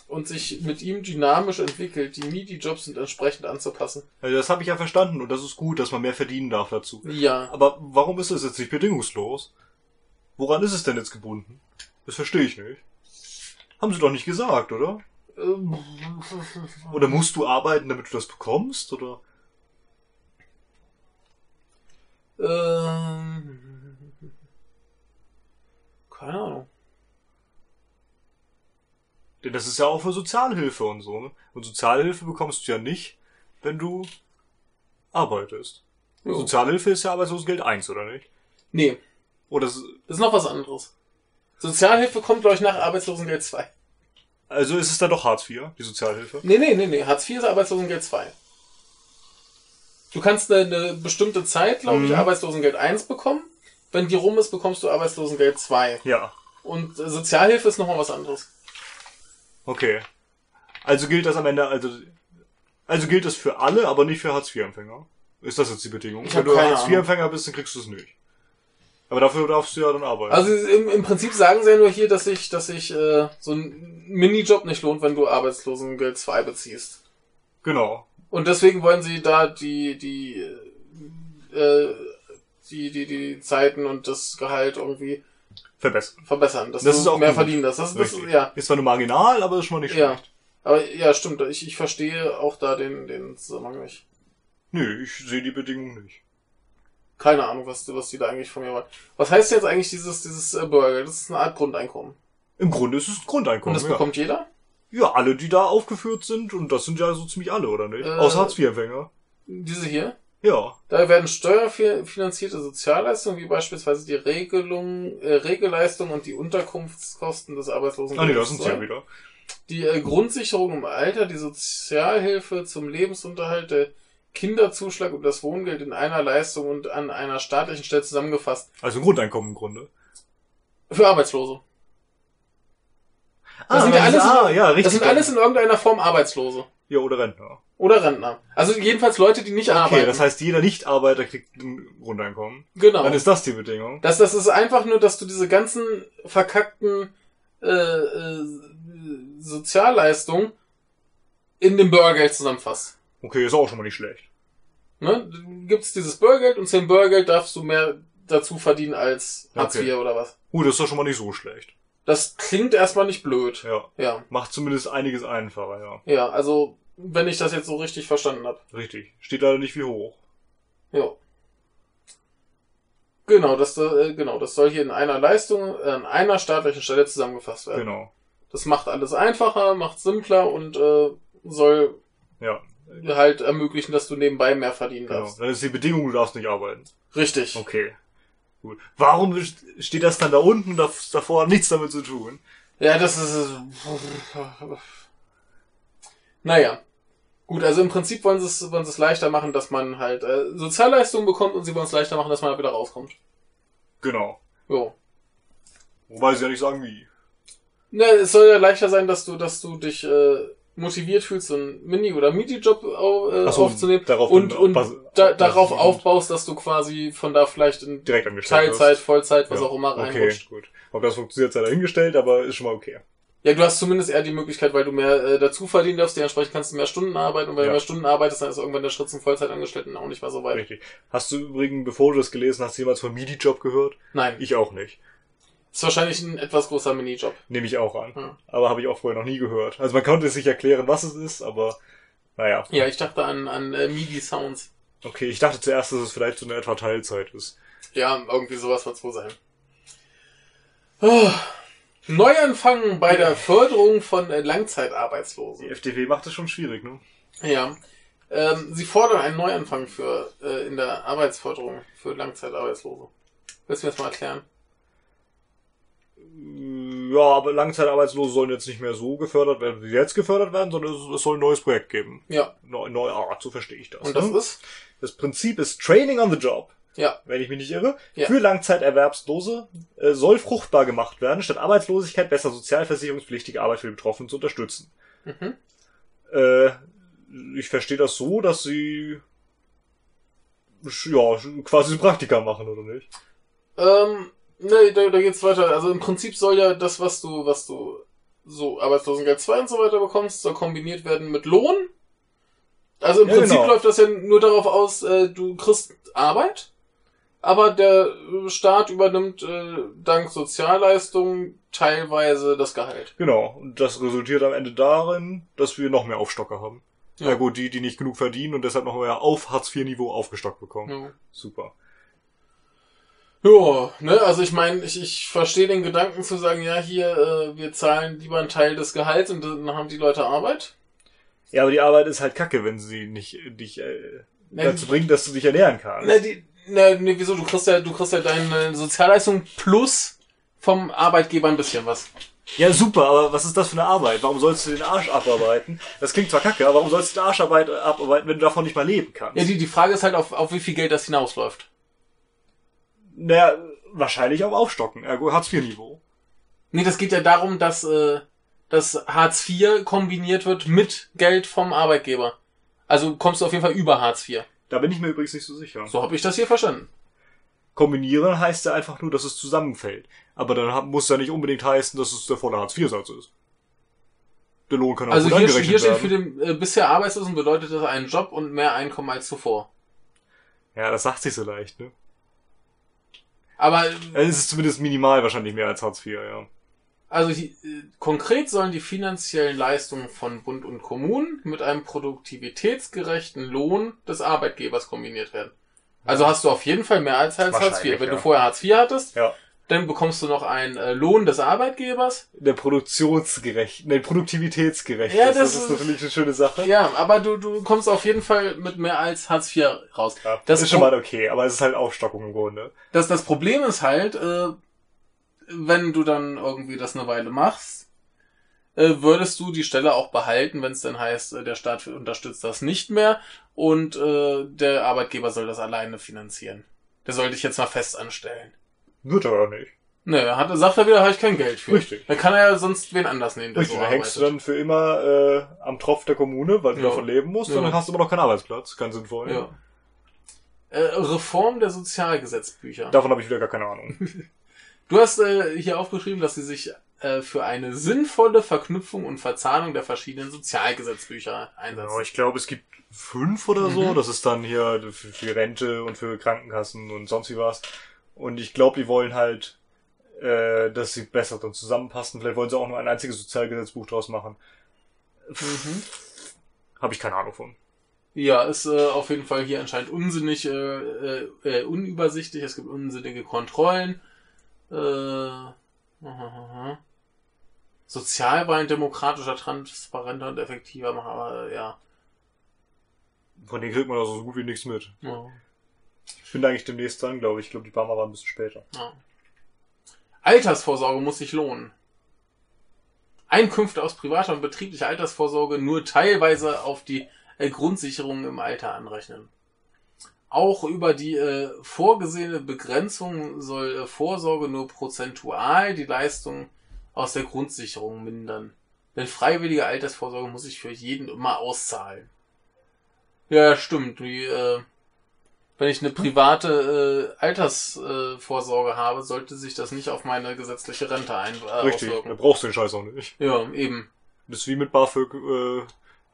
und sich mit ihm dynamisch entwickelt. Die MIDI-Jobs sind entsprechend anzupassen. Also das habe ich ja verstanden und das ist gut, dass man mehr verdienen darf dazu. Ja, Aber warum ist es jetzt nicht bedingungslos? Woran ist es denn jetzt gebunden? Das verstehe ich nicht. Haben sie doch nicht gesagt, oder? Ähm. Oder musst du arbeiten, damit du das bekommst? Oder? Ähm, keine Ahnung. Denn das ist ja auch für Sozialhilfe und so. Ne? Und Sozialhilfe bekommst du ja nicht, wenn du arbeitest. Jo. Sozialhilfe ist ja Arbeitslosengeld 1, oder nicht? Nee, Oder s- das ist noch was anderes. Sozialhilfe kommt, glaube ich, nach Arbeitslosengeld 2. also ist es dann doch Hartz IV, die Sozialhilfe? Nee, nee, nee, nee. Hartz IV ist Arbeitslosengeld 2. Du kannst eine, eine bestimmte Zeit, glaube ich, Mhm. Arbeitslosengeld 1 bekommen. Wenn die rum ist, bekommst du Arbeitslosengeld 2. Ja, Und äh, Sozialhilfe ist nochmal was anderes. okay. Also gilt das am Ende, also, also gilt das für alle, aber nicht für Hartz IV-Empfänger. Ist das jetzt die Bedingung? Ich hab Wenn du keine Hartz IV-Empfänger bist, dann kriegst du es nicht. Aber dafür darfst du ja dann arbeiten. Also im, im Prinzip sagen sie ja nur hier, dass sich dass sich, äh, so ein Minijob nicht lohnt, wenn du Arbeitslosengeld 2 beziehst. genau. Und deswegen wollen sie da die, die, äh, die, die, die Zeiten und das Gehalt irgendwie Verbessern. verbessern. Dass Das du ist auch mehr gut. verdienen darfst. Also Das, das, Richtig. ja, Ist zwar nur marginal, aber ist schon mal nicht ja. schlecht. Aber ja, stimmt. Ich, ich verstehe auch da den, den Zusammenhang nicht. Nö, ich sehe die Bedingung nicht. Keine Ahnung, was, was die da eigentlich von mir wollen. Was heißt jetzt eigentlich dieses, dieses äh, Bürgergeld? Das ist eine Art Grundeinkommen. Im Grunde ist es ein Und Grundeinkommen. das ja. bekommt jeder? ja, alle, die da aufgeführt sind, und das sind ja so ziemlich alle, oder nicht? Äh, Außer Hartz-IV-Empfänger. Diese hier? Ja. Da werden steuerfinanzierte Sozialleistungen, wie beispielsweise die Regelung, äh, Regelleistung und die Unterkunftskosten des Ah nee, Arbeitslosengeldes. das sind ja II. wieder. Die äh, Grundsicherung im Alter, die Sozialhilfe zum Lebensunterhalt, der Kinderzuschlag und das Wohngeld in einer Leistung und an einer staatlichen Stelle zusammengefasst. Also ein Grundeinkommen im Grunde. Für Arbeitslose. Ah, sind ja das- alles- ah, ja, richtig. Das sind alles in irgendeiner Form Arbeitslose. ja, oder Rentner. Oder Rentner. Also jedenfalls Leute, die nicht Okay, arbeiten. das heißt, jeder Nichtarbeiter kriegt ein Grundeinkommen. genau. Dann ist das die Bedingung. Das, das ist einfach nur, dass du diese ganzen verkackten äh, äh, Sozialleistungen in dem Bürgergeld zusammenfasst. Okay, ist auch schon mal nicht schlecht. Ne? Gibt es dieses Bürgergeld und zu dem Bürgergeld darfst du mehr dazu verdienen als Hartz Okay. IV oder was. Uh, das ist doch schon mal nicht so schlecht. Das klingt erstmal nicht blöd. Ja. Ja, Macht zumindest einiges einfacher, ja. ja, also wenn ich das jetzt so richtig verstanden habe. Richtig. Steht leider nicht wie hoch. Ja. Genau, das äh, genau, das soll hier in einer Leistung, äh, an einer staatlichen Stelle zusammengefasst werden. Genau. Das macht alles einfacher, macht simpler und äh, soll Ja, halt ermöglichen, dass du nebenbei mehr verdienen genau. darfst. Dann ist die Bedingung, du darfst nicht arbeiten. Richtig. Okay. Gut. Warum steht das dann da unten und da- davor hat nichts damit zu tun? Ja, das ist. äh, Naja. Gut, also im Prinzip wollen sie es, wollen sie es leichter machen, dass man halt äh, Sozialleistungen bekommt und sie wollen es leichter machen, dass man da wieder rauskommt. Genau. Jo. Wobei sie ja nicht sagen wie. Ne, es soll ja leichter sein, dass du, dass du dich äh, motiviert fühlst, so einen Mini- oder Midi-Job au, äh, Ach so, aufzunehmen darauf und, dann und aufpassen- da, darauf aufpassen. aufbaust, dass du quasi von da vielleicht in Direkt angestellt. wirst. Teilzeit, Vollzeit, was Ja. auch immer Okay, reinrutscht. gut. Ob das funktioniert, sei dahingestellt, aber ist schon mal okay. Ja, du hast zumindest eher die Möglichkeit, weil du mehr äh, dazu verdienen darfst, dementsprechend kannst du mehr Stunden arbeiten und wenn du Ja. mehr Stunden arbeitest, dann ist irgendwann der Schritt zum Vollzeitangestellten auch nicht mehr so weit. Richtig. Hast du übrigens, bevor du das gelesen hast, jemals von MIDI-Job gehört? Nein, Ich auch nicht. ist wahrscheinlich ein etwas großer Minijob. Nehme ich auch an. Hm. Aber habe ich auch vorher noch nie gehört. Also man konnte es sich erklären, was es ist, aber naja. Ja, ich dachte an, an äh, MIDI-Sounds. Okay, ich dachte zuerst, dass es vielleicht so eine etwa Teilzeit ist. Ja, irgendwie sowas wird's wohl sein. Oh. Neuanfang bei der Förderung von äh, Langzeitarbeitslosen. FDP macht es schon schwierig, ne? Ja. Ähm, sie fordern einen Neuanfang für äh, in der Arbeitsförderung für Langzeitarbeitslose. Willst du mir das mal erklären? Ja, aber Langzeitarbeitslose sollen jetzt nicht mehr so gefördert werden, wie sie jetzt gefördert werden, sondern es, es soll ein neues Projekt geben. Ja. Neu, neue Art, so verstehe ich das. Und das ne? ist? das Prinzip ist Training on the Job. Ja. Wenn ich mich nicht irre. Ja. Für Langzeiterwerbslose äh, soll fruchtbar gemacht werden, statt Arbeitslosigkeit besser sozialversicherungspflichtige Arbeit für die Betroffenen zu unterstützen. Mhm. Äh, ich verstehe das so, dass sie sch- ja, sch- quasi Praktika machen, oder nicht? Ähm, ne, da, da geht's weiter. Also im Prinzip soll ja das, was du, was du so Arbeitslosengeld 2 und so weiter bekommst, soll kombiniert werden mit Lohn. Also im Ja, Prinzip genau. läuft das ja nur darauf aus, äh, du kriegst Arbeit, Aber der äh, Staat übernimmt äh, dank Sozialleistungen teilweise das Gehalt. Genau. Und das resultiert am Ende darin, dass wir noch mehr Aufstocker haben. Ja, Ja. gut, die, die nicht genug verdienen und deshalb noch mehr auf Hartz-IV-Niveau aufgestockt bekommen. Ja. Super. Ja, ne, also ich meine, ich, ich verstehe den Gedanken zu sagen, ja, hier, äh, wir zahlen lieber einen Teil des Gehalts und dann haben die Leute Arbeit. Ja, aber die Arbeit ist halt kacke, wenn sie nicht äh, dich äh, Na, dazu bringt, dass du dich ernähren kannst. Na, Ne, die, na, nee, wieso? Du kriegst ja, du kriegst ja deine Sozialleistung plus vom Arbeitgeber ein bisschen was. Ja, super, aber was ist das für eine Arbeit? Warum sollst du den Arsch abarbeiten? Das klingt zwar kacke, aber warum sollst du den Arsch arbeit- abarbeiten, wenn du davon nicht mal leben kannst? Ja, die, die Frage ist halt, auf, auf wie viel Geld das hinausläuft. naja, wahrscheinlich auch aufstocken, ergo Hartz-IV-Niveau. Nee, das geht ja darum, dass, äh, dass Hartz IV kombiniert wird mit Geld vom Arbeitgeber. Also kommst du auf jeden Fall über Hartz IV. Da bin ich mir übrigens nicht so sicher. So habe ich das hier verstanden. Kombinieren heißt ja einfach nur, dass es zusammenfällt. Aber dann ha- muss ja nicht unbedingt heißen, dass es der volle Hartz-IV-Satz ist. Der Lohn kann auch Also gut hier, angerechnet hier steht für werden. den äh, bisher Arbeitslosen bedeutet das einen Job und mehr Einkommen als zuvor. Ja, das sagt sich so leicht, ne? Aber äh, Ja, Es ist zumindest minimal wahrscheinlich mehr als Hartz IV, ja. also hi- äh, konkret sollen die finanziellen Leistungen von Bund und Kommunen mit einem produktivitätsgerechten Lohn des Arbeitgebers kombiniert werden. Also hast du auf jeden Fall mehr als Hartz IV. Wahrscheinlich, Wenn ja. du vorher Hartz IV hattest, Ja. dann bekommst du noch einen äh, Lohn des Arbeitgebers. Der produktionsgerecht, ne, produktivitätsgerecht. Ja, ist. das, das ist ist- natürlich eine schöne Sache. Ja, aber du, du kommst auf jeden Fall mit mehr als Hartz IV raus. Ja, das Das ist schon Pro- mal okay, aber es ist halt Aufstockung im Grunde. Das, das Problem ist halt, äh, wenn du dann irgendwie das eine Weile machst, äh, würdest du die Stelle auch behalten, wenn es dann heißt, äh, der Staat unterstützt das nicht mehr und äh, der Arbeitgeber soll das alleine finanzieren. Der soll dich jetzt mal fest anstellen. Wird aber nicht. Nö, er hat, sagt er wieder, habe ich kein Geld für. Richtig. Dann kann er ja sonst wen anders nehmen, der Richtig, so dann hängst du arbeitet. dann für immer äh, am Tropf der Kommune, weil du Ja. davon leben musst, Ja. und dann hast du immer noch keinen Arbeitsplatz. Kein sinnvoll. ja. äh, Reform der Sozialgesetzbücher. Davon habe ich wieder gar keine Ahnung. Du hast äh, hier aufgeschrieben, dass sie sich äh, für eine sinnvolle Verknüpfung und Verzahnung der verschiedenen Sozialgesetzbücher Genau, einsetzen. ich glaube, es gibt fünf oder so. Mhm. Das ist dann hier für, für Rente und für Krankenkassen und sonst wie was. Und ich glaube, die wollen halt, äh, dass sie besser dann zusammenpassen. Vielleicht wollen sie auch nur ein einziges Sozialgesetzbuch draus machen. Mhm. Habe ich keine Ahnung von. Ja, ist äh, auf jeden Fall hier anscheinend unsinnig, äh, äh, äh, unübersichtlich. Es gibt unsinnige Kontrollen. Äh, aha, aha. Sozial war ein demokratischer, transparenter und effektiver Macher, aber äh, ja. Von denen kriegt man also so gut wie nichts mit. ja. Ich bin da eigentlich demnächst dran, glaube ich. Ich glaube, die Barmer waren ein bisschen später. Ja. Altersvorsorge muss sich lohnen. Einkünfte aus privater und betrieblicher Altersvorsorge nur teilweise auf die äh, Grundsicherung im Alter anrechnen. Auch über die äh, vorgesehene Begrenzung soll äh, Vorsorge nur prozentual die Leistung aus der Grundsicherung mindern. Denn freiwillige Altersvorsorge muss sich für jeden immer auszahlen. Ja, stimmt. Die, äh, wenn ich eine private äh, Altersvorsorge äh, Vorsorge habe, sollte sich das nicht auf meine gesetzliche Rente ein äh, Richtig, da auswirken. brauchst du den Scheiß auch nicht. Ja, eben. Das ist wie mit BAföG, äh,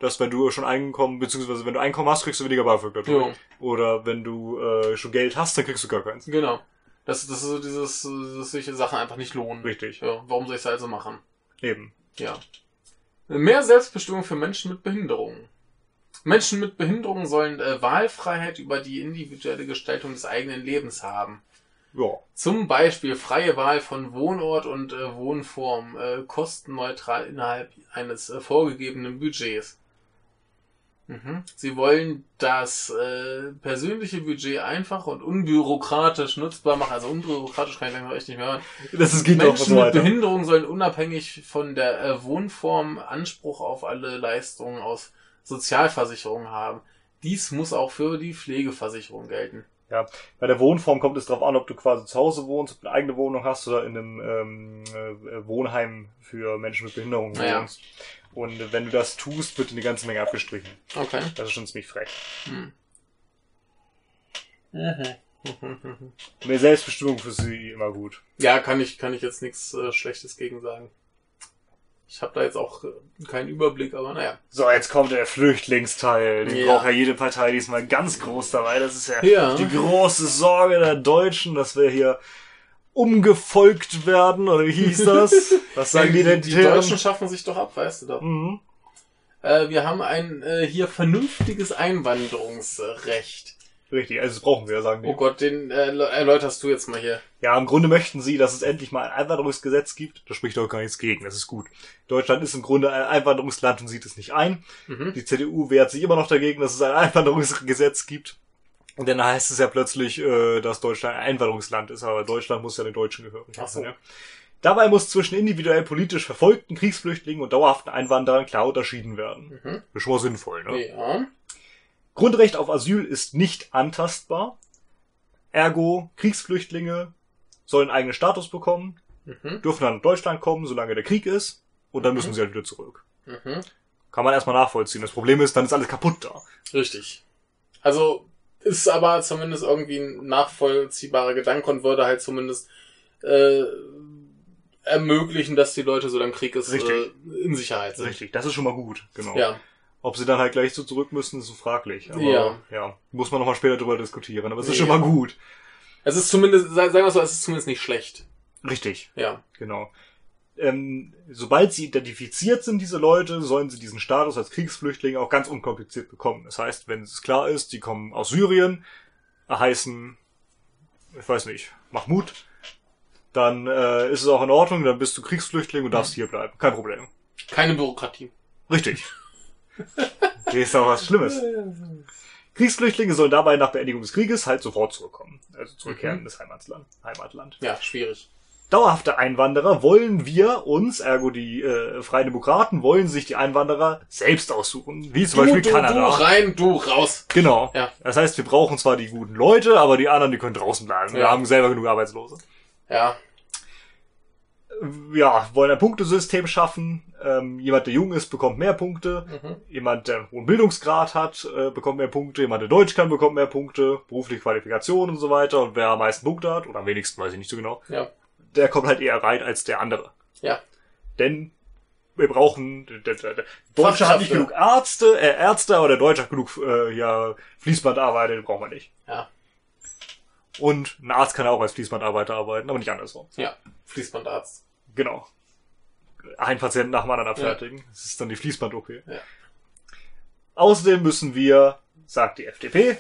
dass wenn du schon Einkommen, beziehungsweise wenn du Einkommen hast, kriegst du weniger BAföG dadurch. Ja, Oder wenn du äh, schon Geld hast, dann kriegst du gar keins. genau. Das, das ist so dieses, äh, dass solche Sachen einfach nicht lohnen. Richtig. Ja, warum soll ich es also machen? Eben. Ja. Mehr Selbstbestimmung für Menschen mit Behinderungen. Menschen mit Behinderungen sollen äh, Wahlfreiheit über die individuelle Gestaltung des eigenen Lebens haben. Ja. Zum Beispiel freie Wahl von Wohnort und äh, Wohnform, äh, kostenneutral innerhalb eines äh, vorgegebenen Budgets. Mhm. Sie wollen das äh, persönliche Budget einfach und unbürokratisch nutzbar machen. Also unbürokratisch kann ich langsam echt nicht mehr hören. Das ist, geht doch Menschen so mit weiter. Behinderung sollen unabhängig von der äh, Wohnform Anspruch auf alle Leistungen aus Sozialversicherung haben. Dies muss auch für die Pflegeversicherung gelten. Bei der Wohnform kommt es darauf an, ob du quasi zu Hause wohnst, ob du eine eigene Wohnung hast oder in einem ähm, äh, Wohnheim für Menschen mit Behinderung Ja. wohnst. Und äh, wenn du das tust, wird eine ganze Menge abgestrichen. Okay. Das ist schon ziemlich frech. Hm. Mehr Selbstbestimmung für sie immer gut. Ja, kann ich, kann ich jetzt nichts äh, Schlechtes gegen sagen. Ich habe da jetzt auch äh, keinen Überblick, aber naja. So, jetzt kommt der Flüchtlingsteil. Den Ja. braucht ja jede Partei diesmal ganz groß dabei. Das ist ja, Ja. die große Sorge der Deutschen, dass wir hier umgefolgt werden, oder wie hieß das? Was sagen die denn? die Deutschen schaffen sich doch ab, weißt du doch. Mhm. Äh, wir haben ein äh, hier vernünftiges Einwanderungsrecht. Richtig, also das brauchen wir, sagen die. Oh Gott, den äh, le- erläuterst du jetzt mal hier. Ja, im Grunde möchten sie, dass es endlich mal ein Einwanderungsgesetz gibt. Da spricht auch gar nichts gegen, das ist gut. Deutschland ist im Grunde ein Einwanderungsland und sieht es nicht ein. Mhm. Die CDU wehrt sich immer noch dagegen, dass es ein Einwanderungsgesetz gibt. Und dann heißt es ja plötzlich, äh, dass Deutschland ein Einwanderungsland ist, aber Deutschland muss ja den Deutschen gehören. Ach so. Ja. Dabei muss zwischen individuell politisch verfolgten Kriegsflüchtlingen und dauerhaften Einwanderern klar unterschieden werden. Mhm. Das ist schon mal sinnvoll, ne? Ja. Grundrecht auf Asyl ist nicht antastbar. Ergo, Kriegsflüchtlinge sollen eigenen Status bekommen, Mhm. dürfen dann nach Deutschland kommen, solange der Krieg ist, und dann müssen sie halt wieder zurück. Mhm. Kann man erstmal nachvollziehen. Das Problem ist, dann ist alles kaputt da. Richtig. Also ist aber zumindest irgendwie ein nachvollziehbarer Gedanke und würde halt zumindest äh, ermöglichen, dass die Leute, solange Krieg ist, äh, Richtig. in Sicherheit sind. Richtig, Also das ist schon mal gut, genau. Ja. Ob sie dann halt gleich so zurück müssen, ist so fraglich. Aber ja. Ja. muss man nochmal später drüber diskutieren, aber es ist Ja. schon mal gut. Es ist zumindest, sa- sagen wir so, es ist zumindest nicht schlecht. Richtig, Ja. genau. Ähm, sobald sie identifiziert sind, diese Leute, sollen sie diesen Status als Kriegsflüchtlinge auch ganz unkompliziert bekommen. Das heißt, wenn es klar ist, die kommen aus Syrien, heißen, ich weiß nicht, Mahmoud, dann äh, ist es auch in Ordnung, dann bist du Kriegsflüchtling und darfst hier bleiben. Kein Problem. Keine Bürokratie. Richtig. Hier ist auch was Schlimmes. Kriegsflüchtlinge sollen dabei nach Beendigung des Krieges halt sofort zurückkommen. Also zurückkehren Mhm. in das Heimatland. Heimatland. Ja, schwierig. Dauerhafte Einwanderer wollen wir uns, ergo die äh, Freien Demokraten, wollen sich die Einwanderer selbst aussuchen. Wie zum Beispiel du, Kanada. du rein, du raus. Genau. Ja. Das heißt, wir brauchen zwar die guten Leute, aber die anderen, die können draußen bleiben. Wir Ja. haben selber genug Arbeitslose. Ja. Äh, Ja, wollen ein Punktesystem schaffen. Ähm, jemand, der jung ist, bekommt mehr Punkte. Mhm. Jemand, der einen hohen Bildungsgrad hat, äh, bekommt mehr Punkte. Jemand, der Deutsch kann, bekommt mehr Punkte. Berufliche Qualifikation und so weiter. Und wer am meisten Punkte hat, oder am wenigsten, weiß ich nicht so genau, Ja. der kommt halt eher rein als der andere. Ja. Denn wir brauchen... Der, der, der Deutsche hat nicht genug Ärzte, äh, Ärzte, aber der Deutsche hat genug äh, ja, Fließbandarbeiter, den braucht man nicht. Ja. Und ein Arzt kann auch als Fließbandarbeiter arbeiten, aber nicht andersrum. Ja. Fließbandarzt. Genau. Ein Patienten nach dem anderen Ja. abfertigen. Das ist dann die Fließband-OP. Ja. Außerdem müssen wir, sagt die FDP,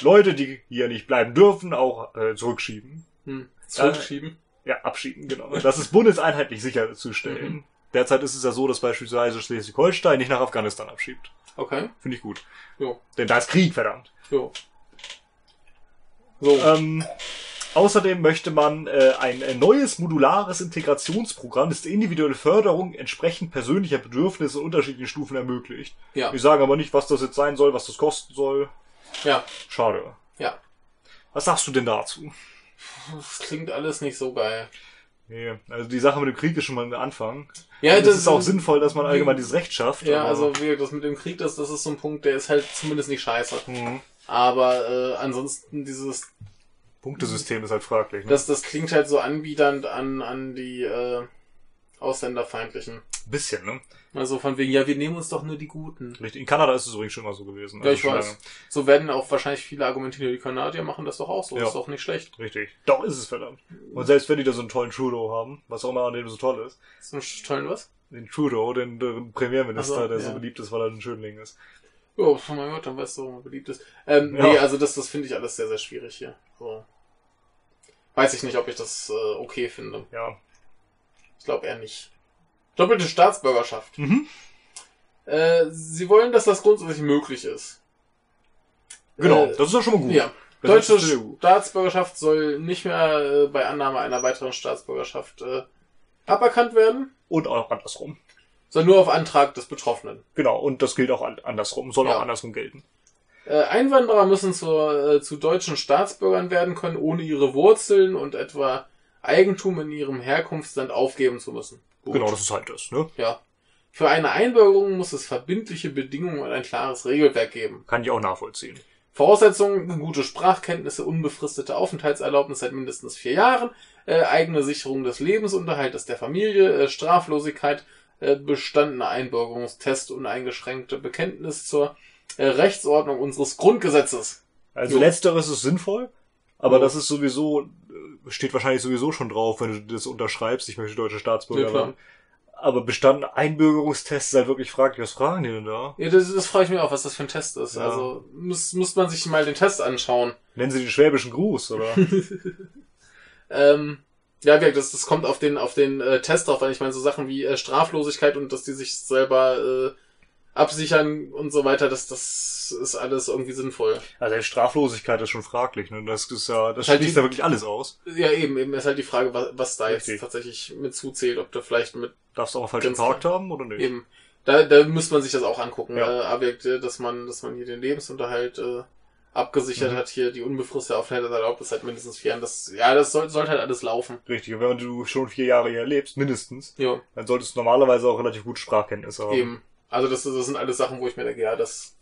Leute, die hier nicht bleiben dürfen, auch äh, zurückschieben. Hm. Zurückschieben. Ja, abschieben, genau. Das ist bundeseinheitlich sicherzustellen. Mhm. Derzeit ist es ja so, dass beispielsweise Schleswig-Holstein nicht nach Afghanistan abschiebt. Okay. Finde ich gut. Jo. Denn da ist Krieg, verdammt. Jo. So. Ähm, außerdem möchte man äh, ein äh, neues modulares Integrationsprogramm, das die individuelle Förderung entsprechend persönlicher Bedürfnisse in unterschiedlichen Stufen ermöglicht. ja. Wir sagen aber nicht, was das jetzt sein soll, was das kosten soll. Ja. Schade. Ja. Was sagst du denn dazu? Das klingt alles nicht so geil. Nee, also die Sache mit dem Krieg ist schon mal ein Anfang. Ja, Also, Mhm. das, ist auch sinnvoll, dass man allgemein dieses Recht schafft. Ja, aber- also wirklich, das mit dem Krieg, das, das ist so ein Punkt, der ist halt zumindest nicht scheiße. Mhm. Aber äh, ansonsten dieses, Punktesystem ist halt fraglich. Ne? das, das klingt halt so anbiedernd an, an die äh, Ausländerfeindlichen. bisschen, ne? Also von wegen, ja, wir nehmen uns doch nur die Guten. Richtig. In Kanada ist es übrigens schon immer so gewesen. Also Ja, ich schon weiß. lange. So werden auch wahrscheinlich viele argumentieren, ja, die Kanadier machen das doch auch so, Ja. ist doch nicht schlecht. Richtig. Doch ist es verdammt. Und selbst wenn die da so einen tollen Trudeau haben, was auch immer an dem so toll ist, Ist ein tollen was? den Trudeau, den, den Premierminister, Ach so, der so Also, ja. beliebt ist, weil er ein Schönling ist. Ja, oh mein Gott, dann weißt du, warum er beliebt ist. Ähm, Ja. Nee, also das, das finde ich alles sehr, sehr schwierig hier. So. Weiß ich nicht, ob ich das äh, okay finde. Ja. Ich glaube eher nicht. Doppelte Staatsbürgerschaft. Mhm. Äh, sie wollen, dass das grundsätzlich möglich ist. Genau, Äh, das ist doch schon mal gut. Ja. Das Deutsche ist E sehr gut. Staatsbürgerschaft soll nicht mehr äh, bei Annahme einer weiteren Staatsbürgerschaft äh, aberkannt werden, Und auch andersrum. sondern nur auf Antrag des Betroffenen. Genau, und das gilt auch an- andersrum, soll Ja. auch andersrum gelten. Äh, Einwanderer müssen zur, äh, zu deutschen Staatsbürgern werden können, ohne ihre Wurzeln und etwa Eigentum in ihrem Herkunftsland aufgeben zu müssen. Gut. Genau, das ist halt das, ne? Ja. Für eine Einbürgerung muss es verbindliche Bedingungen und ein klares Regelwerk geben. Kann ich auch nachvollziehen. Voraussetzungen, gute Sprachkenntnisse, unbefristete Aufenthaltserlaubnis seit mindestens vier Jahren, äh, eigene Sicherung des Lebensunterhaltes der Familie, äh, Straflosigkeit, äh, äh, bestanden Einbürgerungstest uneingeschränkte Bekenntnis zur äh, Rechtsordnung unseres Grundgesetzes. Also Jo. letzteres ist sinnvoll, aber Jo. das ist sowieso, äh, steht wahrscheinlich sowieso schon drauf, wenn du das unterschreibst, ich möchte deutscher Staatsbürger Ja, klar. werden. Aber bestanden Einbürgerungstest ist halt wirklich fraglich, was fragen die denn da? Ja, das, das frage ich mich auch, was das für ein Test ist. Ja. Also muss, muss man sich mal den Test anschauen. Nennen sie den schwäbischen Gruß, oder? Ähm, ja, wie gesagt, das, das kommt auf den, auf den äh, Test drauf an. Ich meine, so Sachen wie äh, Straflosigkeit und dass die sich selber äh, absichern und so weiter, das, das ist alles irgendwie sinnvoll. also selbst Straflosigkeit ist schon fraglich, ne? Das ist ja, das Halt die- schließt ja wirklich alles aus. Ja, eben, eben ist halt die Frage, was, was da jetzt Richtig. tatsächlich mit zuzählt, ob da vielleicht mit Darfst du auch mal falschen Ganz Charakter haben oder nicht? eben. Da, da müsste man sich das auch angucken, Ja. äh, aber äh, dass man, dass man hier den Lebensunterhalt äh, abgesichert Mhm. hat, hier die unbefristete Aufenthalt erlaubt ist halt mindestens vier Jahren. Das, ja, das soll, sollte halt alles laufen. Richtig, und wenn du schon vier Jahre hier lebst, mindestens, Ja, dann solltest du normalerweise auch relativ gute Sprachkenntnisse haben. eben. Also das, das sind alles Sachen, wo ich mir denke, ja, das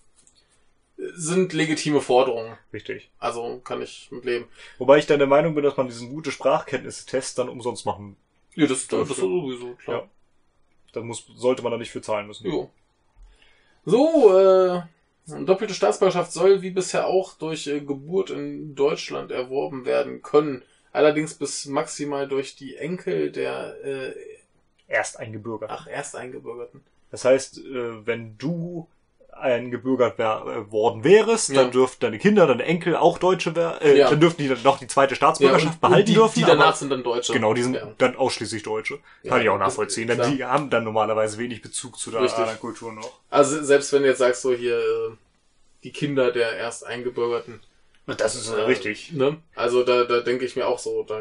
sind legitime Forderungen. Richtig. Also kann ich mit leben. Wobei ich dann der Meinung bin, dass man diesen gute Sprachkenntnistest dann umsonst machen. Ja, das, das, Dafür. ist sowieso klar. Da muss, sollte man da nicht für zahlen müssen. Jo. So, äh, doppelte Staatsbürgerschaft soll wie bisher auch durch äh, Geburt in Deutschland erworben werden können. Allerdings bis maximal durch die Enkel der äh, Erst eingebürgert. ach Ersteingebürgerten. Das heißt, äh, wenn du eingebürgert wär, äh, worden wärest, Ja. dann dürften deine Kinder, deine Enkel auch Deutsche wär, äh, Ja. dann dürften die dann noch die zweite Staatsbürgerschaft und- und behalten die, dürfen. Die danach aber- sind dann Deutsche. genau, die sind Ja. dann ausschließlich Deutsche. Ja, Kann ich auch das- nachvollziehen, denn klar. die haben dann normalerweise wenig Bezug zu der Richtig. anderen Kultur noch. Also selbst wenn du jetzt sagst, so hier äh, die Kinder der Ersteingebürgerten. Das ist äh, Ne? Also da, da denke ich mir auch so, da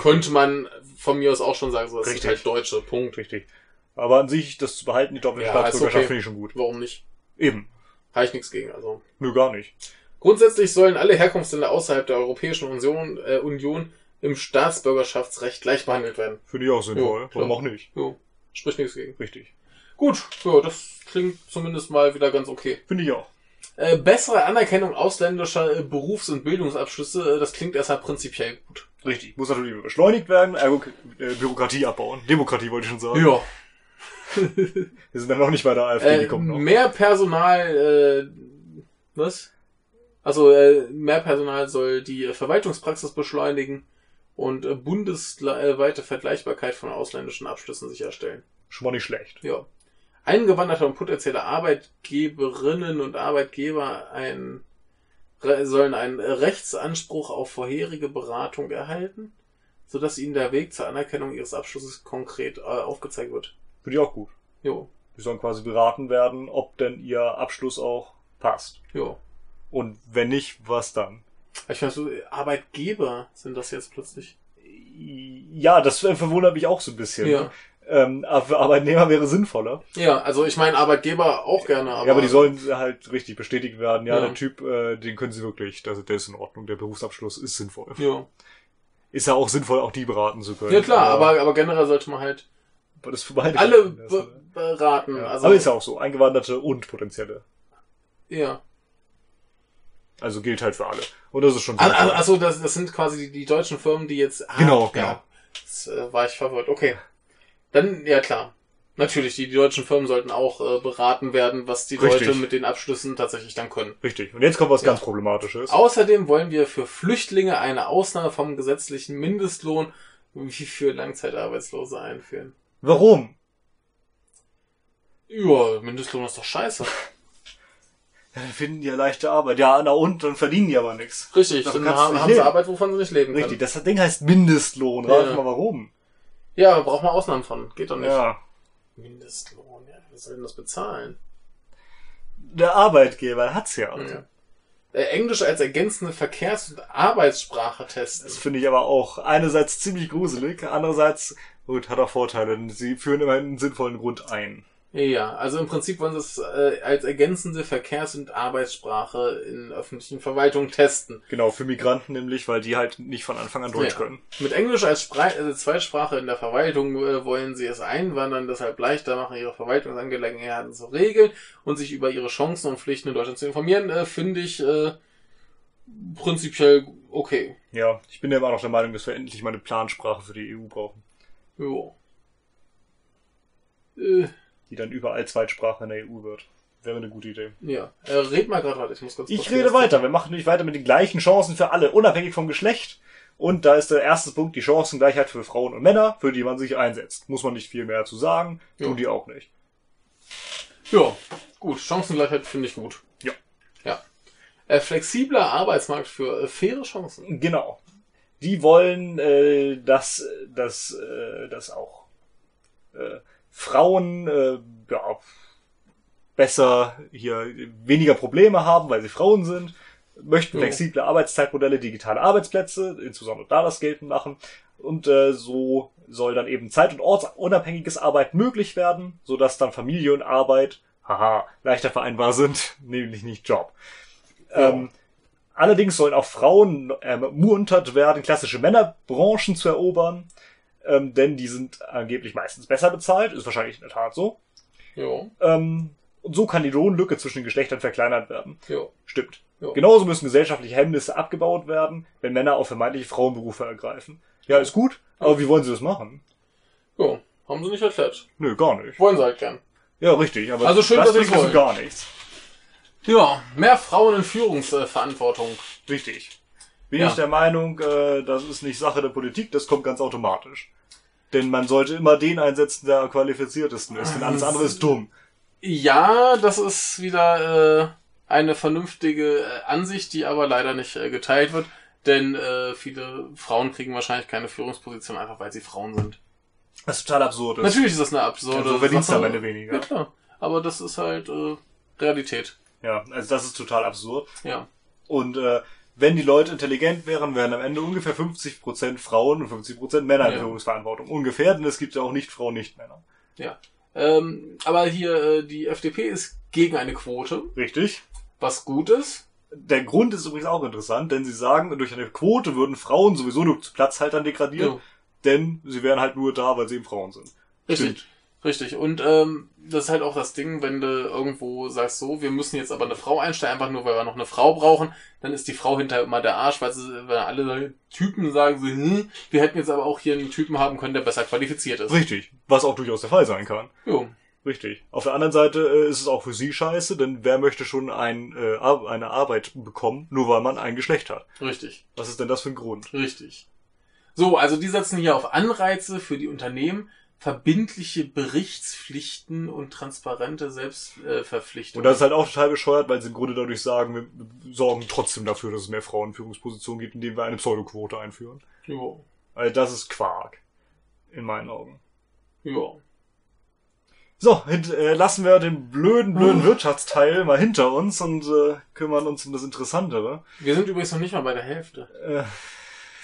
könnte man von mir aus auch schon sagen, so das Richtig. sind halt Deutsche, Punkt. Richtig. Aber an sich, das zu behalten, die doppelte Ja, ist Staatsbürgerschaft okay. finde ich schon gut. Warum nicht? Eben. Habe ich nichts gegen. Also Nö, gar nicht. Grundsätzlich sollen alle Herkunftsländer außerhalb der Europäischen Union, äh, Union im Staatsbürgerschaftsrecht gleich behandelt werden. Finde ich auch sinnvoll. Jo, klar. Warum auch nicht? Jo, spricht nichts gegen. Richtig. Gut, ja, das klingt zumindest mal wieder ganz okay. Finde ich auch. Äh, bessere Anerkennung ausländischer äh, Berufs- und Bildungsabschlüsse, äh, das klingt erstmal prinzipiell gut. Richtig. Muss natürlich beschleunigt werden, ergo äh, Bürokratie abbauen. Demokratie wollte ich schon sagen. Ja, Wir sind dann noch nicht bei der AfD, äh, die kommt noch. mehr Personal, äh, was? Also äh, mehr Personal soll die äh, Verwaltungspraxis beschleunigen und äh, bundesweite Vergleichbarkeit von ausländischen Abschlüssen sicherstellen. Schon mal nicht schlecht. Ja. Eingewanderte und potenzielle Arbeitgeberinnen und Arbeitgeber ein, re- sollen einen Rechtsanspruch auf vorherige Beratung erhalten, sodass ihnen der Weg zur Anerkennung ihres Abschlusses konkret äh, aufgezeigt wird. Finde ich auch gut. Jo, Die sollen quasi beraten werden, ob denn ihr Abschluss auch passt. jo. Und wenn nicht, was dann? Ich meine, so Arbeitgeber sind das jetzt plötzlich. Ja, das äh, verwundert mich auch so ein bisschen. Ja. Ähm, aber für Arbeitnehmer wäre sinnvoller. Ja, also ich meine Arbeitgeber auch gerne, aber. ja, aber die sollen halt richtig bestätigt werden. Ja, Ja. der Typ, äh, den können sie wirklich. Das, der ist in Ordnung. Der Berufsabschluss ist sinnvoll. Ja, Ist ja auch sinnvoll, auch die beraten zu können. ja klar, aber, aber generell sollte man halt aber das für beide alle gelten lassen, be beraten. Ja. Also, Aber ist ja auch so, Eingewanderte und Potenzielle. ja. Also gilt halt für alle. Und das ist schon Ah, ah, sinnvoll. Achso, das, das sind quasi die, die deutschen Firmen, die jetzt. Ah, Genau, genau. Ja, das äh, war ich verwirrt. Okay. Dann, ja klar. Natürlich, die, die deutschen Firmen sollten auch äh, beraten werden, was die Richtig. Leute mit den Abschlüssen tatsächlich dann können. Richtig. Und jetzt kommt was also Ja. ganz Problematisches. Außerdem wollen wir für Flüchtlinge eine Ausnahme vom gesetzlichen Mindestlohn wie für Langzeitarbeitslose einführen. Warum? Ja, Mindestlohn ist doch scheiße. Ja, dann finden die ja leichte Arbeit. Ja, na und, dann verdienen die aber nichts. Richtig, Davon dann kannst du haben, nicht haben sie leben. Arbeit, wovon sie nicht leben Richtig, können. das Ding heißt Mindestlohn. Also Ja. Rat mal warum. Ja, braucht man Ausnahmen von. Geht doch nicht. Ja. Mindestlohn, ja, wer soll denn das bezahlen? Der Arbeitgeber hat's ja. Ja. Äh, Englisch als ergänzende Verkehrs- und Arbeitssprache Das testen. finde ich aber auch einerseits ziemlich gruselig, andererseits, gut, hat auch Vorteile, denn sie führen immerhin einen sinnvollen Grund ein. Ja, also im Prinzip wollen sie es äh, als ergänzende Verkehrs- und Arbeitssprache in öffentlichen Verwaltungen testen. Genau, für Migranten nämlich, weil die halt nicht von Anfang an Deutsch Ja. können. Mit Englisch als Spre äh, Zweitsprache in der Verwaltung äh, wollen sie es einwandern, deshalb leichter machen, ihre Verwaltungsangelegenheiten zu regeln und sich über ihre Chancen und Pflichten in Deutschland zu informieren, äh, finde ich äh, prinzipiell okay. Ja, ich bin ja immer noch der Meinung, dass wir E endlich mal eine Plansprache für die EU brauchen. Jo. Äh, die dann überall Zweitsprache in der EU wird. Wäre eine gute Idee. Ja. Äh, red mal gerade weiter, ich muss ganz kurz Ich rede weiter. Wir machen nämlich weiter mit den gleichen Chancen für alle, unabhängig vom Geschlecht. Und da ist der erste Punkt die Chancengleichheit für Frauen und Männer, für die man sich einsetzt. Muss man nicht viel mehr zu sagen. Ja. Tun die auch nicht. Ja, gut. Chancengleichheit finde ich gut. Ja. Ja. Äh, flexibler Arbeitsmarkt für äh, faire Chancen. Genau. Die wollen, äh, dass, dass, äh, dass auch äh, Frauen äh, ja, besser hier weniger Probleme haben, weil sie Frauen sind, möchten Jo. flexible Arbeitszeitmodelle, digitale Arbeitsplätze, insbesondere da das geltend machen. Und äh, so soll dann eben zeit- und ortsunabhängiges Arbeit möglich werden, sodass dann Familie und Arbeit, haha, leichter vereinbar sind, nämlich nicht Job. Ja. Ähm, Allerdings sollen auch Frauen ähm, ermuntert werden, klassische Männerbranchen zu erobern, ähm, denn die sind angeblich meistens besser bezahlt, ist wahrscheinlich in der Tat so. Ja. Ähm, und so kann die Lohnlücke zwischen den Geschlechtern verkleinert werden. Ja. Stimmt. Ja. Genauso müssen gesellschaftliche Hemmnisse abgebaut werden, wenn Männer auf vermeintliche Frauenberufe ergreifen. Ja, ist gut, aber wie wollen sie das machen? Ja. Haben sie nicht erklärt. Nö, gar nicht. Wollen sie halt gern. Ja, richtig, aber Also schön, das dass sie's bringt wollen. gar nichts. Ja. Mehr Frauen in Führungsverantwortung. Richtig. Bin Ja. ich der Meinung, äh, das ist nicht Sache der Politik, das kommt ganz automatisch. Denn man sollte immer den einsetzen, der am qualifiziertesten ist, denn alles andere ist dumm. Ja, das ist wieder äh, eine vernünftige äh, Ansicht, die aber leider nicht äh, geteilt wird, denn äh, viele Frauen kriegen wahrscheinlich keine Führungsposition, einfach weil sie Frauen sind. Das ist total absurd. ist. Natürlich ist das eine absurde Also verdienst du am Sache. Ende weniger. Ja, klar. Aber das ist halt äh, Realität. Ja, also das ist total absurd. Ja. Und äh, wenn die Leute intelligent wären, wären am Ende ungefähr 50% Frauen und 50% Männer in Ja. Führungsverantwortung. Ungefähr, denn es gibt ja auch nicht Frauen, nicht Männer. Ja. Ähm, aber hier, äh, die FDP ist gegen eine Quote, Richtig. was gut ist. Der Grund ist übrigens auch interessant, denn sie sagen, durch eine Quote würden Frauen sowieso nur zu Platzhaltern degradiert, Ja. denn sie wären halt nur da, weil sie eben Frauen sind. Richtig. Richtig. Und ähm, das ist halt auch das Ding, wenn du irgendwo sagst, so, wir müssen jetzt aber eine Frau einstellen, einfach nur, weil wir noch eine Frau brauchen, dann ist die Frau hinterher immer der Arsch, weil, sie, weil alle Typen sagen so, hm, wir hätten jetzt aber auch hier einen Typen haben können, der besser qualifiziert ist. Richtig, was auch durchaus der Fall sein kann. Jo. Richtig. Auf der anderen Seite äh, ist es auch für sie scheiße, denn wer möchte schon ein, äh, Ar- eine Arbeit bekommen, nur weil man ein Geschlecht hat? Richtig. Was ist denn das für ein Grund? Richtig. So, also die setzen hier auf Anreize für die Unternehmen, verbindliche Berichtspflichten und transparente Und Selbstverpflichtungen. das ist halt auch total bescheuert, weil sie im Grunde dadurch sagen, wir sorgen trotzdem dafür, dass es mehr Frauen in Führungspositionen gibt, indem wir eine Pseudoquote einführen. ja, Also das ist Quark. In meinen Augen. ja. So, hint, äh, lassen wir den blöden, blöden Ugh. Wirtschaftsteil mal hinter uns und äh, kümmern uns um das Interessantere. Wir sind übrigens noch nicht mal bei der Hälfte. Äh,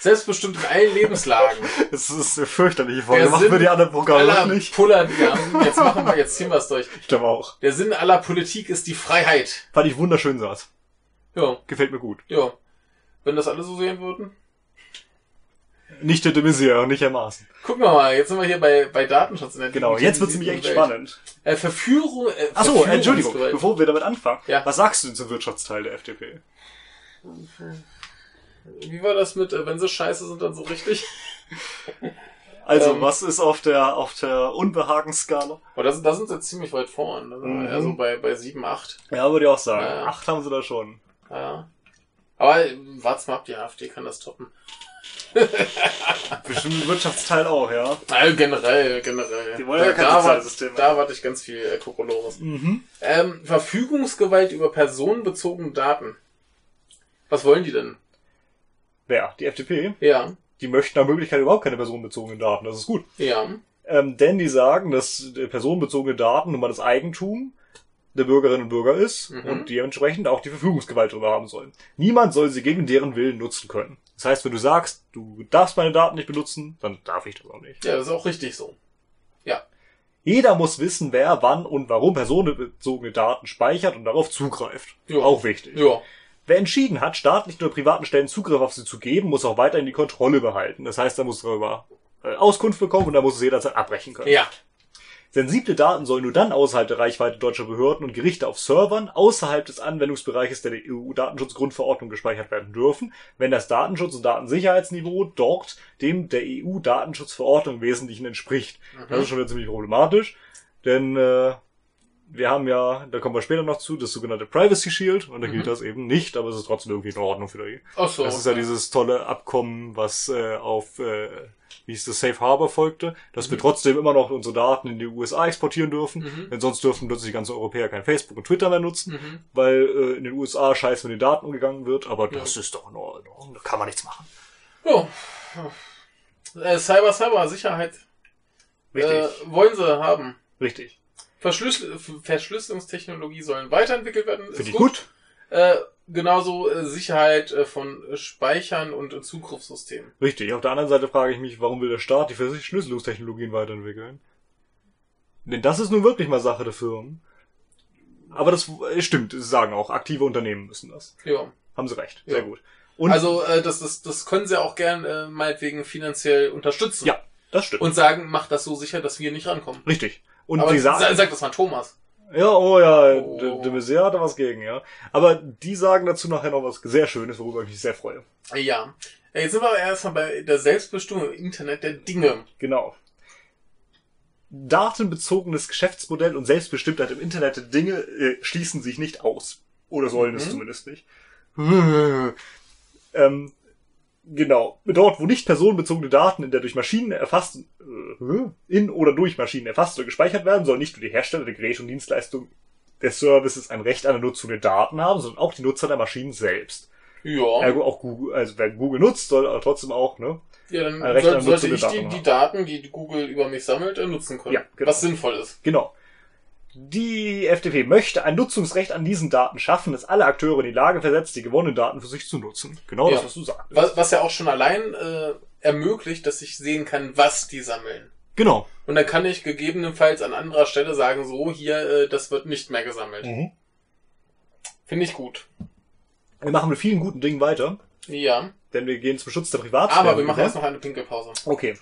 Selbstbestimmt in allen Lebenslagen. es ist eine fürchterliche Folge. Der Machen wir Sinn die anderen Programme aller noch nicht? Puller, die wir haben. Jetzt machen wir, jetzt ziehen wir es durch. Ich glaube auch. Der Sinn aller Politik ist die Freiheit. Fand ich wunderschön Satz. Ja, Gefällt mir gut. ja. Wenn das alle so sehen würden. Nicht der Demisier, nicht ermaßen. Gucken wir mal, jetzt sind wir hier bei, bei Datenschutz. In der Genau, jetzt wird's digitalisierten nämlich echt Welt. spannend. Äh, Verführung, äh, Ach so, Entschuldigung, Verführungsgewalt. bevor wir damit anfangen, Ja. was sagst du denn zum Wirtschaftsteil der FDP? Wie war das mit, äh, wenn sie scheiße sind, dann so richtig? Also, Ähm. was ist auf der, auf der Unbehagensskala? Aber Oh, da sind, da sind sie ziemlich weit vorn. Also, Mhm. also bei, bei 7, 8. Ja, würde ich auch sagen. Ja. Acht haben sie da schon. Ja. Aber äh, wart's mal ab, die AfD kann das toppen. Bestimmt im Wirtschaftsteil auch, ja. Also generell, generell. Die wollen ja kein da, Sozialsystem. da warte ich ganz viel äh, Kokolores. Mhm. Ähm, Verfügungsgewalt über personenbezogene Daten. Was wollen die denn? Wer? Die FDP? Ja, Die möchten nach Möglichkeit überhaupt keine personenbezogenen Daten. Das ist gut. ja, Ähm, denn die sagen, dass äh, personenbezogene Daten nun mal das Eigentum der Bürgerinnen und Bürger ist Mhm. und dementsprechend auch die Verfügungsgewalt darüber haben sollen. Niemand soll sie gegen deren Willen nutzen können. Das heißt, wenn du sagst, du darfst meine Daten nicht benutzen, dann darf ich das auch nicht. ja, das ist auch richtig so. Jeder muss wissen, wer, wann und warum personenbezogene Daten speichert und darauf zugreift. Ja. Auch wichtig. Ja, Wer entschieden hat, staatlichen oder privaten Stellen Zugriff auf sie zu geben, muss auch weiterhin die Kontrolle behalten. Das heißt, er muss darüber äh, Auskunft bekommen und er muss es jederzeit abbrechen können. ja, Sensible Daten sollen nur dann außerhalb der Reichweite deutscher Behörden und Gerichte auf Servern außerhalb des Anwendungsbereiches der EU-Datenschutzgrundverordnung gespeichert werden dürfen, wenn das Datenschutz- und Datensicherheitsniveau E Mhm. dort dem der EU-Datenschutzverordnung im Wesentlichen entspricht. Das ist schon wieder ziemlich problematisch. Denn äh, wir haben ja, da kommen wir später noch zu, das sogenannte Privacy Shield und da gilt Mhm. das eben nicht, aber es ist trotzdem irgendwie in Ordnung für die. Ach so. Das ist ja dieses tolle Abkommen, was äh, auf äh, wie hieß das Safe Harbor folgte, dass wir trotzdem immer noch unsere Daten in die USA exportieren dürfen, Mhm. denn sonst dürfen plötzlich die ganzen Europäer kein Facebook und Twitter mehr nutzen, Mhm. weil äh, in den USA scheiße mit den Daten umgegangen wird, aber Ja. das ist doch in Ordnung, da kann man nichts machen. Ja. Äh, Cyber, Cyber, Sicherheit. Äh, wollen sie haben. richtig. Verschlüssel F- Verschlüsselungstechnologie sollen weiterentwickelt werden. ist Finde ich gut. Äh, genauso äh, Sicherheit äh, von äh, Speichern und äh, Zugriffssystemen. Richtig. Auf der anderen Seite frage ich mich, warum will der Staat die Verschlüsselungstechnologien weiterentwickeln? Denn das ist nun wirklich mal Sache der Firmen. Aber das äh, stimmt, sie sagen auch, aktive Unternehmen müssen das. Ja. Haben sie recht. Ja. Sehr gut. Und also äh, das, das, das können sie auch gern äh, meinetwegen finanziell unterstützen. Ja. das stimmt. Und sagen, macht das so sicher, dass wir nicht rankommen. Richtig. Und Aber die sa- sagen, sag, das mal Thomas. ja, oh ja, Oh. de, de Maizière hat da was gegen, ja. Aber die sagen dazu nachher noch was sehr Schönes, worüber ich mich sehr freue. Ja. Äh, Jetzt sind wir aber erstmal bei der Selbstbestimmung im Internet der Dinge. Genau. Datenbezogenes Geschäftsmodell und Selbstbestimmtheit im Internet der Dinge äh, schließen sich nicht aus. Oder sollen es Mhm. zumindest nicht. ähm, genau. Dort, wo nicht personenbezogene Daten in der durch Maschinen erfasst, äh, in oder durch Maschinen erfasst oder gespeichert werden, soll nicht nur die Hersteller der Geräte und Dienstleistungen des Services ein Recht an der Nutzung der Daten haben, sondern auch die Nutzer der Maschinen selbst. Ja. Ergo auch Google, also wer Google nutzt, soll aber trotzdem auch, ne? Ja, dann Ein Recht soll, an sollte Nutzung ich der die, Daten die Daten, die Google über mich sammelt, äh, nutzen können. Ja, genau. Was sinnvoll ist. Genau. Die FDP möchte ein Nutzungsrecht an diesen Daten schaffen, das alle Akteure in die Lage versetzt, die gewonnenen Daten für sich zu nutzen. Genau das, Ja. was du sagst. Was, was ja auch schon allein äh, ermöglicht, dass ich sehen kann, was die sammeln. Genau. Und dann kann ich gegebenenfalls an anderer Stelle sagen, so hier, äh, das wird nicht mehr gesammelt. Mhm. Finde ich gut. Wir machen mit vielen guten Dingen weiter, Ja. denn wir gehen zum Schutz der Privatsphäre. Aber wir machen über. erst noch eine Pinkelpause. Okay.